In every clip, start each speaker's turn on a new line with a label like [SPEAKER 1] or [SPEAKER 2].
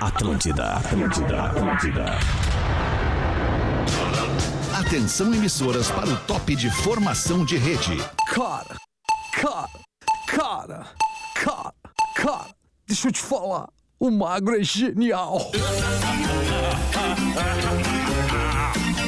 [SPEAKER 1] Atlântida, Atlântida, Atlântida.
[SPEAKER 2] Atenção emissoras para o top de formação de rede.
[SPEAKER 3] Cara, cara, cara, cara, cara, deixa eu te falar. O magro é genial.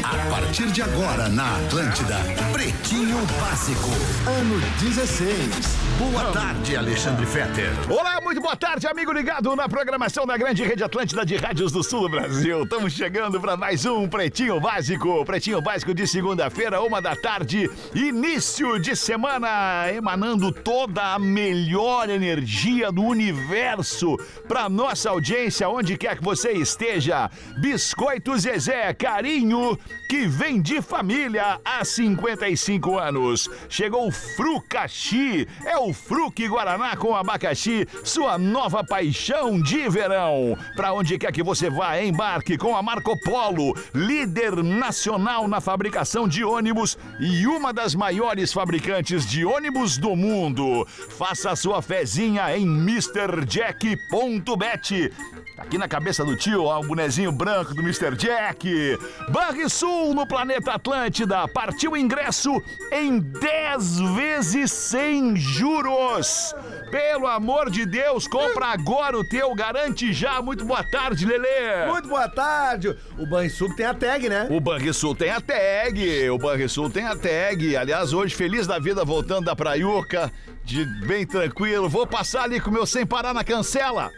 [SPEAKER 2] A partir de agora na Atlântida, Pretinho Básico, ano 16. Boa tarde, Alexandre Fetter.
[SPEAKER 4] Olá, muito boa tarde, amigo ligado na programação da grande rede Atlântida de rádios do sul do Brasil. Estamos chegando para mais um Pretinho Básico. Pretinho Básico de segunda-feira, uma da tarde, início de semana, emanando toda a melhor energia do universo para nossa audiência, onde quer que você esteja. Biscoito Zezé, carinho que vem de família há 55 anos. Chegou o Frucaxi, é o Fruque Guaraná com abacaxi, sua nova paixão de verão. Para onde quer que você vá, embarque com a Marco Polo, líder nacional na fabricação de ônibus e uma das maiores fabricantes de ônibus do mundo. Faça sua fezinha em MrJack.bet. Aqui na cabeça do tio, ó, o bonezinho branco do Mr. Jack. Banrisul no planeta Atlântida. Partiu ingresso em 10 vezes sem juros. Pelo amor de Deus, compra agora o teu, garante já. Muito boa tarde, Lelê.
[SPEAKER 5] Muito boa tarde. O Banrisul tem a tag, né?
[SPEAKER 4] O Banrisul tem a tag, o Banrisul tem a tag. Aliás, hoje feliz da vida voltando da Praiuca, de bem tranquilo. Vou passar ali com o meu sem parar na cancela.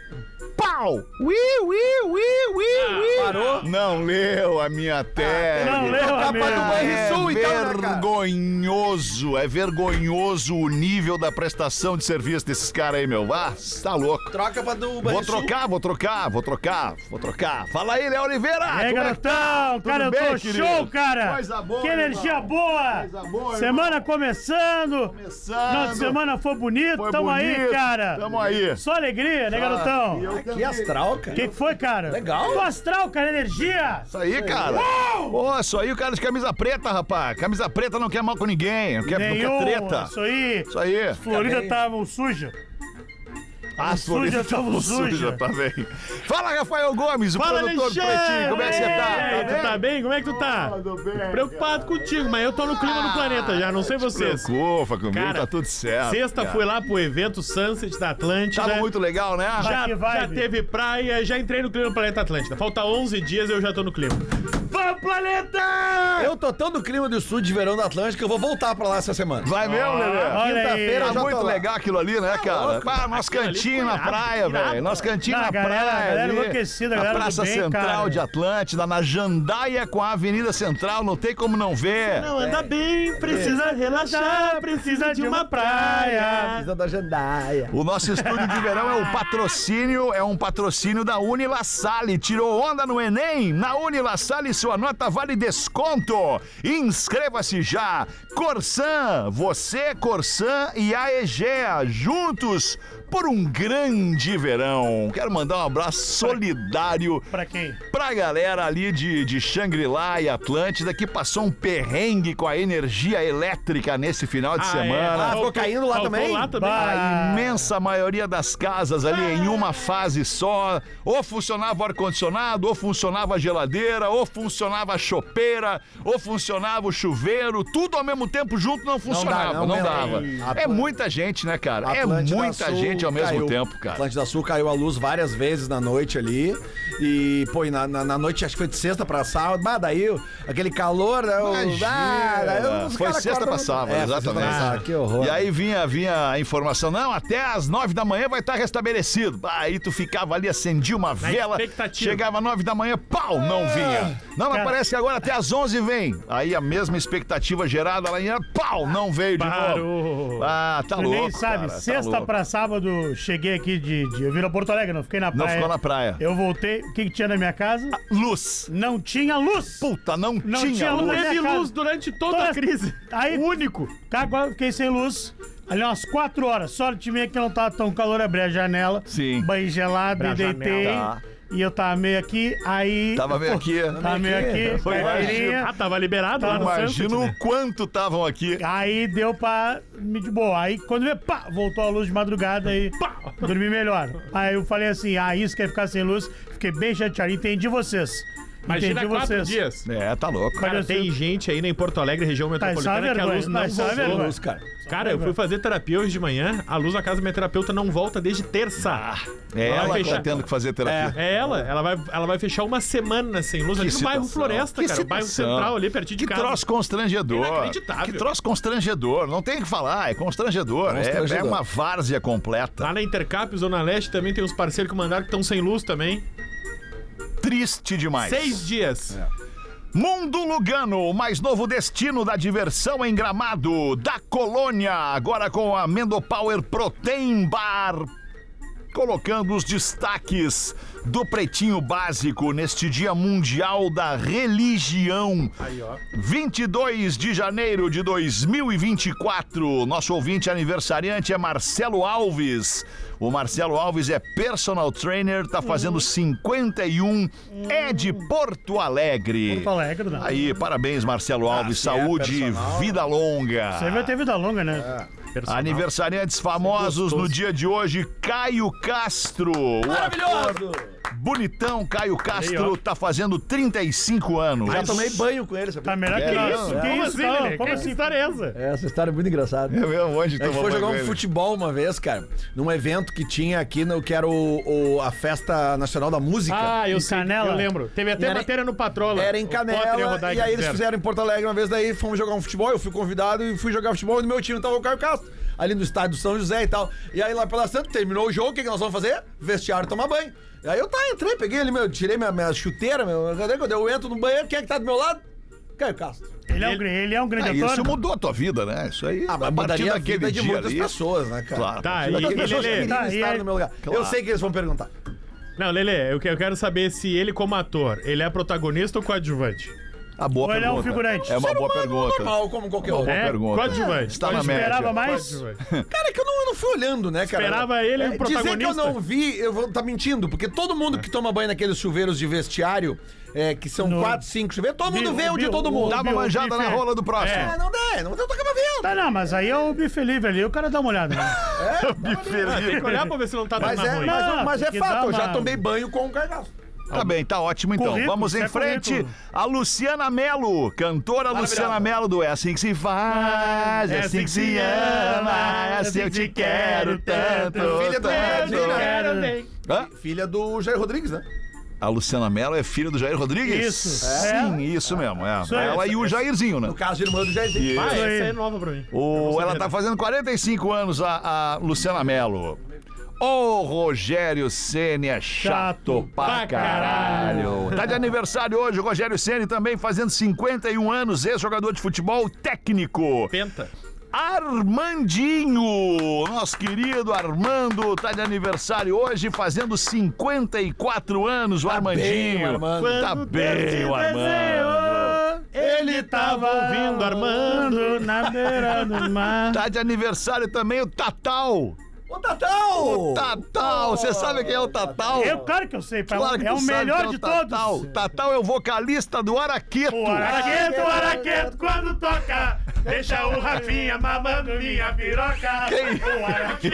[SPEAKER 4] Pau! Ui, ui, ui, ui, ui. Ah, Parou? Ah, Não leu a minha tag.
[SPEAKER 6] Não leu,
[SPEAKER 5] Capa do
[SPEAKER 6] amigo.
[SPEAKER 5] Banrisul, então,
[SPEAKER 4] É
[SPEAKER 5] né, cara?
[SPEAKER 4] vergonhoso, é vergonhoso o nível da prestação de serviço desses caras aí, meu. Ah, tá louco.
[SPEAKER 5] Troca pra do
[SPEAKER 4] Vou
[SPEAKER 5] Banrisul.
[SPEAKER 4] trocar, vou trocar, vou trocar, vou trocar. Fala aí, Léo Oliveira!
[SPEAKER 6] E aí,
[SPEAKER 4] como é que tá?
[SPEAKER 6] garotão?
[SPEAKER 4] Tudo
[SPEAKER 6] Cara, eu
[SPEAKER 4] bem,
[SPEAKER 6] tô
[SPEAKER 4] querido?
[SPEAKER 6] show, cara.
[SPEAKER 4] Coisa boa,
[SPEAKER 6] que
[SPEAKER 4] irmão.
[SPEAKER 6] energia boa.
[SPEAKER 4] Coisa boa,
[SPEAKER 6] semana começando.
[SPEAKER 4] Começando.
[SPEAKER 6] Final de semana foi bonito.
[SPEAKER 4] Foi
[SPEAKER 6] tamo aí,
[SPEAKER 4] é bonito.
[SPEAKER 6] cara.
[SPEAKER 4] Tamo aí.
[SPEAKER 6] Só alegria, né, garotão?
[SPEAKER 4] Ah,
[SPEAKER 6] O
[SPEAKER 5] Que astral, cara.
[SPEAKER 6] que, que foi, cara?
[SPEAKER 5] Legal.
[SPEAKER 6] Tô astral, cara, energia.
[SPEAKER 4] Isso aí, cara. Ô, isso aí o cara de camisa preta, rapaz. Camisa preta não quer mal com ninguém, não quer, não quer
[SPEAKER 6] Nenhum.
[SPEAKER 4] treta.
[SPEAKER 6] Isso aí.
[SPEAKER 4] Isso aí. Ah,
[SPEAKER 6] Florida
[SPEAKER 5] Também.
[SPEAKER 6] tava um suja.
[SPEAKER 4] As
[SPEAKER 6] suja, tava suja.
[SPEAKER 4] tá também. Fala, Rafael Gomes, o produtor do Pretinho. Como é que você
[SPEAKER 6] Ei,
[SPEAKER 4] tá?
[SPEAKER 6] tu tá bem? Como é que tu tá? Preocupado contigo, mas eu tô no clima
[SPEAKER 4] Ah,
[SPEAKER 6] do planeta já, não sei vocês.
[SPEAKER 4] Preocupa comigo,
[SPEAKER 7] Cara,
[SPEAKER 4] tá tudo certo.
[SPEAKER 7] Sexta
[SPEAKER 4] cara.
[SPEAKER 7] fui lá pro evento Sunset da Atlântida.
[SPEAKER 4] Tava muito legal, né?
[SPEAKER 7] já,
[SPEAKER 6] Ah, que
[SPEAKER 7] já
[SPEAKER 6] vibe.
[SPEAKER 7] teve praia, já entrei no clima do Planeta Atlântida. Falta 11 dias e eu já tô no clima. Vamos, planeta!
[SPEAKER 5] Eu tô tão no clima do sul de verão da Atlântica que eu vou voltar pra lá essa semana.
[SPEAKER 4] Vai mesmo, É Lelê?
[SPEAKER 6] Olha aí.
[SPEAKER 5] Quinta-feira
[SPEAKER 4] Tá
[SPEAKER 5] eu já tô
[SPEAKER 4] muito
[SPEAKER 5] lá.
[SPEAKER 4] legal aquilo ali, né, cara?
[SPEAKER 5] louco.
[SPEAKER 4] Bah, nosso
[SPEAKER 7] Aquilo ali
[SPEAKER 4] cantinho
[SPEAKER 7] foi
[SPEAKER 4] na
[SPEAKER 7] irado,
[SPEAKER 4] praia,
[SPEAKER 7] irado.
[SPEAKER 4] velho. Nosso cantinho
[SPEAKER 6] Ah,
[SPEAKER 4] na
[SPEAKER 6] galera,
[SPEAKER 4] praia.
[SPEAKER 6] galera
[SPEAKER 4] ali,
[SPEAKER 6] enlouquecida,
[SPEAKER 4] na
[SPEAKER 6] galera do
[SPEAKER 4] Praça
[SPEAKER 6] bem,
[SPEAKER 4] Central
[SPEAKER 6] cara.
[SPEAKER 4] de Atlântida, na Jandaia com a Avenida Central, não tem como não ver.
[SPEAKER 7] anda bem, precisa relaxar,
[SPEAKER 6] É. Precisa de uma praia.
[SPEAKER 5] Precisa da jandaia.
[SPEAKER 4] O nosso estúdio de verão é o patrocínio, é um patrocínio da Unila Salle. Tirou onda no Enem? Na Unila Salle sua nota vale desconto. Inscreva-se já. Corsan, você, Corsan e a Egea, juntos por um grande verão. Quero mandar um abraço solidário
[SPEAKER 6] Pra quem?
[SPEAKER 4] pra galera ali de, de Shangri-La e Atlântida que passou um perrengue com a energia elétrica nesse final
[SPEAKER 6] é?
[SPEAKER 4] de semana.
[SPEAKER 5] Ah, ficou caindo lá também?
[SPEAKER 7] é. lá também.
[SPEAKER 4] A imensa maioria das casas ali em uma fase só, ou funcionava o ar-condicionado, ou funcionava a geladeira, ou funcionava a chopeira, ou funcionava o chuveiro, tudo ao mesmo tempo junto não funcionava, não,
[SPEAKER 5] não dá.
[SPEAKER 4] dava.
[SPEAKER 5] Ei.
[SPEAKER 4] É muita gente, né, cara?
[SPEAKER 5] Atlântida
[SPEAKER 4] é muita
[SPEAKER 5] Sul
[SPEAKER 4] gente ao mesmo
[SPEAKER 5] caiu.
[SPEAKER 4] tempo, cara.
[SPEAKER 5] Atlântida Sul caiu a luz várias vezes na noite ali. E, pô, e na, na, na noite, acho que foi de sexta pra sábado. Bah, daí o- aquele calor, né? o-
[SPEAKER 4] Imagina.
[SPEAKER 5] Ah, daí os
[SPEAKER 4] Foi
[SPEAKER 5] caras
[SPEAKER 4] sexta
[SPEAKER 5] acordam-
[SPEAKER 4] pra sábado,
[SPEAKER 5] É, foi sexta pra
[SPEAKER 4] exatamente.
[SPEAKER 5] sábado, Que horror.
[SPEAKER 4] E aí vinha, vinha a informação, não, até às nove da manhã vai estar restabelecido. Bah, Aí tu ficava ali, acendia uma vela,
[SPEAKER 7] expectativa.
[SPEAKER 4] chegava às nove da manhã, pau,
[SPEAKER 5] Ah,
[SPEAKER 4] não vinha. Não, mas
[SPEAKER 6] Cara.
[SPEAKER 4] parece que agora até às onze vem. Aí a mesma expectativa gerada lá, em pau, não veio de novo.
[SPEAKER 7] Parou.
[SPEAKER 4] Ah, tá
[SPEAKER 6] Tu
[SPEAKER 4] louco,
[SPEAKER 6] nem sabe,
[SPEAKER 4] cara, tá
[SPEAKER 6] sexta
[SPEAKER 4] louco.
[SPEAKER 6] pra sábado, cheguei aqui de, de. Eu vim pra Porto Alegre, não fiquei na praia.
[SPEAKER 4] Não ficou na praia.
[SPEAKER 6] Eu voltei, o que, que tinha na minha casa?
[SPEAKER 4] Luz.
[SPEAKER 6] Não tinha luz!
[SPEAKER 4] Puta, não,
[SPEAKER 6] Não
[SPEAKER 4] tinha, um
[SPEAKER 6] tinha
[SPEAKER 4] luz.
[SPEAKER 6] luz.
[SPEAKER 7] Teve
[SPEAKER 6] Minha
[SPEAKER 7] luz
[SPEAKER 6] casa.
[SPEAKER 7] durante toda
[SPEAKER 6] Todas-
[SPEAKER 7] a crise.
[SPEAKER 6] Aí, único! Agora eu fiquei sem luz. Ali umas quatro horas. Sorte minha que não tava tão tá calor, abri a janela.
[SPEAKER 4] Sim.
[SPEAKER 6] Banho gelado,
[SPEAKER 7] Abri
[SPEAKER 6] me
[SPEAKER 7] a
[SPEAKER 6] deitei.
[SPEAKER 4] janela. Tá.
[SPEAKER 6] E eu tava meio aqui, aí.
[SPEAKER 4] Tava meio aqui.
[SPEAKER 6] Tava meio aqui,
[SPEAKER 4] Foi
[SPEAKER 6] perninha.
[SPEAKER 8] Ah, tava liberado lá no
[SPEAKER 4] Imagina
[SPEAKER 6] né?
[SPEAKER 8] Sunset,
[SPEAKER 4] o quanto estavam aqui.
[SPEAKER 6] Aí deu pra me de boa. Aí quando veio, pá, voltou a luz de madrugada e pá, dormi melhor. Aí eu falei assim: ah, isso quer ficar sem luz? Fiquei bem chateado. Entendi vocês.
[SPEAKER 8] Imagina
[SPEAKER 6] Entendi
[SPEAKER 8] quatro
[SPEAKER 6] vocês.
[SPEAKER 8] dias.
[SPEAKER 4] É, tá louco.
[SPEAKER 8] Cara,
[SPEAKER 6] Olha,
[SPEAKER 8] tem
[SPEAKER 6] assim-
[SPEAKER 8] gente aí em Porto Alegre, região
[SPEAKER 6] Tá, isso é uma
[SPEAKER 8] metropolitana, que a
[SPEAKER 6] vergonha.
[SPEAKER 8] luz não
[SPEAKER 6] Tá, isso é uma
[SPEAKER 8] voltou.
[SPEAKER 6] vergonha.
[SPEAKER 5] cara.
[SPEAKER 8] Cara, eu fui fazer terapia hoje de manhã, a luz na casa da minha terapeuta não volta desde
[SPEAKER 6] Ah,
[SPEAKER 8] terça.
[SPEAKER 4] É
[SPEAKER 8] Vai
[SPEAKER 4] ela que tá
[SPEAKER 8] fechar.
[SPEAKER 4] tendo que fazer terapia.
[SPEAKER 8] É ela, ela vai, ela vai fechar uma semana sem luz ali É, no bairro
[SPEAKER 4] situação.
[SPEAKER 8] Floresta,
[SPEAKER 4] Que
[SPEAKER 8] cara. O bairro
[SPEAKER 4] situação.
[SPEAKER 8] central ali, pertinho de
[SPEAKER 4] Que
[SPEAKER 8] casa.
[SPEAKER 4] troço constrangedor.
[SPEAKER 8] Inacreditável.
[SPEAKER 4] Que troço constrangedor. Não tem o que falar, é constrangedor. É- É,
[SPEAKER 5] Constrangedor.
[SPEAKER 4] uma várzea completa.
[SPEAKER 8] Lá na Intercap, Zona Leste, também tem uns parceiros que mandaram que estão sem luz também.
[SPEAKER 4] Triste demais.
[SPEAKER 8] Ah. Seis dias.
[SPEAKER 4] É. Mundo Lugano, o mais novo destino da diversão em Gramado, da Colônia, agora com a Mendo Power Protein Bar. Colocando os destaques do Pretinho Básico neste Dia Mundial da Religião. 22 de janeiro de 2024. Nosso ouvinte aniversariante é Marcelo Alves. O Marcelo Alves é personal trainer, tá fazendo 51, é de Porto Alegre.
[SPEAKER 6] Porto Alegre, né? não.
[SPEAKER 4] Aí, parabéns, Marcelo Alves.
[SPEAKER 5] se é
[SPEAKER 4] Saúde,
[SPEAKER 5] personal,
[SPEAKER 4] vida longa.
[SPEAKER 6] Você vai ter vida longa, né?
[SPEAKER 4] Aniversariantes
[SPEAKER 5] é
[SPEAKER 4] famosos no dia de hoje, Caio Castro. O
[SPEAKER 5] Maravilhoso!
[SPEAKER 4] bonitão Caio Castro tá fazendo 35 anos.
[SPEAKER 5] Já tomei banho com ele, sabe?
[SPEAKER 6] Tá melhor que
[SPEAKER 4] É,
[SPEAKER 6] isso.
[SPEAKER 4] não,
[SPEAKER 6] Que
[SPEAKER 8] Como
[SPEAKER 6] isso,
[SPEAKER 8] assim,
[SPEAKER 6] não?
[SPEAKER 8] Lelê?
[SPEAKER 6] Como
[SPEAKER 8] Que
[SPEAKER 6] assim?
[SPEAKER 8] história é essa?
[SPEAKER 5] É, Essa história é muito engraçada.
[SPEAKER 4] É mesmo, onde
[SPEAKER 5] A gente foi jogar um futebol uma vez, cara, num evento que tinha aqui, no, que era o, o- a Festa Nacional da Música.
[SPEAKER 8] Ah, eu
[SPEAKER 6] Em
[SPEAKER 8] sei.
[SPEAKER 6] Canela.
[SPEAKER 8] Eu lembro. Teve até
[SPEAKER 5] Era-
[SPEAKER 8] matéria no Patrola.
[SPEAKER 5] era em
[SPEAKER 8] O Potter e o
[SPEAKER 5] Canela,
[SPEAKER 8] Rodaica
[SPEAKER 5] e aí eles
[SPEAKER 8] fizeram.
[SPEAKER 5] fizeram em Porto Alegre uma vez, daí fomos jogar um futebol, eu fui convidado e fui jogar futebol e no meu time tava o Caio Castro, ali no estádio do São José e tal. E aí lá pela Santa, terminou o jogo, o que, que nós vamos fazer? Vestiário, tomar banho. E aí eu tá, entrei, peguei ali, meu, tirei minha, minha chuteira, meu, cadê que eu- eu entro no banheiro, quem é que tá do meu lado? Caio Castro.
[SPEAKER 6] Ele é um, gr- ele é um grande
[SPEAKER 4] Ah,
[SPEAKER 6] ator.
[SPEAKER 4] isso mudou a tua vida, né? Isso aí,
[SPEAKER 5] Ah, mas mudaria a vida de muitas pessoas, né, cara?
[SPEAKER 4] Claro.
[SPEAKER 8] Tá,
[SPEAKER 4] Aquilo
[SPEAKER 5] As
[SPEAKER 8] e-
[SPEAKER 4] ali-
[SPEAKER 8] e-
[SPEAKER 5] pessoas
[SPEAKER 8] Lelê,
[SPEAKER 5] queriam
[SPEAKER 6] tá, e
[SPEAKER 5] estar
[SPEAKER 6] aí-
[SPEAKER 5] no meu lugar. Eu
[SPEAKER 4] Claro.
[SPEAKER 5] sei que eles vão perguntar.
[SPEAKER 8] Não, Lelê, eu que- eu quero saber se ele, como ator, ele é protagonista ou coadjuvante?
[SPEAKER 4] a boa
[SPEAKER 6] Ou ele é um
[SPEAKER 4] pergunta.
[SPEAKER 6] figurante?
[SPEAKER 4] É uma
[SPEAKER 5] Ser
[SPEAKER 4] boa
[SPEAKER 5] humano
[SPEAKER 4] pergunta.
[SPEAKER 5] Normal, como qualquer outro.
[SPEAKER 8] É,
[SPEAKER 4] pergunta.
[SPEAKER 8] coadjuvante.
[SPEAKER 4] Está na média.
[SPEAKER 6] Esperava mais?
[SPEAKER 8] Coadjuvante.
[SPEAKER 5] Cara, é que eu não, eu não fui olhando, né, cara?
[SPEAKER 8] Esperava ele, o
[SPEAKER 5] Dizer que eu
[SPEAKER 8] protagonista.
[SPEAKER 5] não vi, eu vou tá mentindo, porque todo mundo que toma banho naqueles chuveiros de vestiário, é, que são
[SPEAKER 6] No-
[SPEAKER 5] quatro, cinco chuveiros, todo mundo
[SPEAKER 6] Bill,
[SPEAKER 5] vê o de
[SPEAKER 6] Bill,
[SPEAKER 5] todo
[SPEAKER 6] o
[SPEAKER 5] mundo.
[SPEAKER 4] Dá uma
[SPEAKER 6] Bill,
[SPEAKER 4] manjada na
[SPEAKER 6] Bill,
[SPEAKER 4] rola do próximo.
[SPEAKER 8] é.
[SPEAKER 5] Ah, não dá, não dá, eu tô acabando vendo.
[SPEAKER 6] Tá, não, mas aí é o bife livre ali, o cara dá uma olhada. Né?
[SPEAKER 8] Tem que olhar pra ver se não tá
[SPEAKER 5] Mas
[SPEAKER 8] dando
[SPEAKER 5] é,
[SPEAKER 8] ruim.
[SPEAKER 5] mas,
[SPEAKER 6] Não,
[SPEAKER 5] mas é
[SPEAKER 6] tem que dar
[SPEAKER 5] fato, eu já
[SPEAKER 6] uma-
[SPEAKER 5] tomei banho com um o cargaço.
[SPEAKER 4] Tá bem, tá ótimo então.
[SPEAKER 6] Currículo,
[SPEAKER 4] Vamos em
[SPEAKER 6] quer
[SPEAKER 4] frente.
[SPEAKER 6] currículo.
[SPEAKER 4] A Luciana Melo, cantora Luciana Melo do É Assim Que Se Faz, É Assim Que Se Ama, É Assim Eu Te Quero Tanto.
[SPEAKER 5] Filha do
[SPEAKER 4] tanto.
[SPEAKER 5] Rodrigo.
[SPEAKER 6] quero
[SPEAKER 4] Hã?
[SPEAKER 5] Filha do Jair Rodrigues, né?
[SPEAKER 4] A Luciana Mello é filha do Jair Rodrigues?
[SPEAKER 6] Isso.
[SPEAKER 4] Sim, isso mesmo. é.
[SPEAKER 6] aí,
[SPEAKER 4] ela e o Jairzinho, né?
[SPEAKER 5] No caso, irmã do Jairzinho.
[SPEAKER 8] Ah,
[SPEAKER 6] aí.
[SPEAKER 8] essa é nova pra mim.
[SPEAKER 4] O, ela tá fazendo 45 anos, a, a Luciana Mello. Ô Rogério Ceni é chato,
[SPEAKER 6] Chato
[SPEAKER 4] pra
[SPEAKER 8] pra
[SPEAKER 4] caralho. Tá de aniversário hoje, o Rogério Ceni também fazendo 51 anos, ex-jogador de futebol técnico.
[SPEAKER 8] Penta.
[SPEAKER 4] Armandinho, nosso querido Armando, tá de aniversário hoje, fazendo 54 anos, o
[SPEAKER 5] Tá bem,
[SPEAKER 4] Armandinho.
[SPEAKER 5] o Armando.
[SPEAKER 4] Tá bem, o Armando.
[SPEAKER 6] Ele tava ouvindo Armando na beira do mar.
[SPEAKER 4] Tá de aniversário também o Tatal.
[SPEAKER 5] Ô, Tatão!
[SPEAKER 4] Tatal, você sabe quem é o Tatal?
[SPEAKER 6] Eu, claro que eu sei, pá.
[SPEAKER 4] Claro que
[SPEAKER 6] é
[SPEAKER 4] tu
[SPEAKER 6] o
[SPEAKER 4] sabe então tá
[SPEAKER 6] melhor
[SPEAKER 4] quem
[SPEAKER 6] de
[SPEAKER 4] o Tatal.
[SPEAKER 6] todos.
[SPEAKER 4] Tatal é o vocalista do Araqueto.
[SPEAKER 6] O araqueto, o araqueto, quando toca, deixa o Rafinha mamando minha piroca. O araqueto,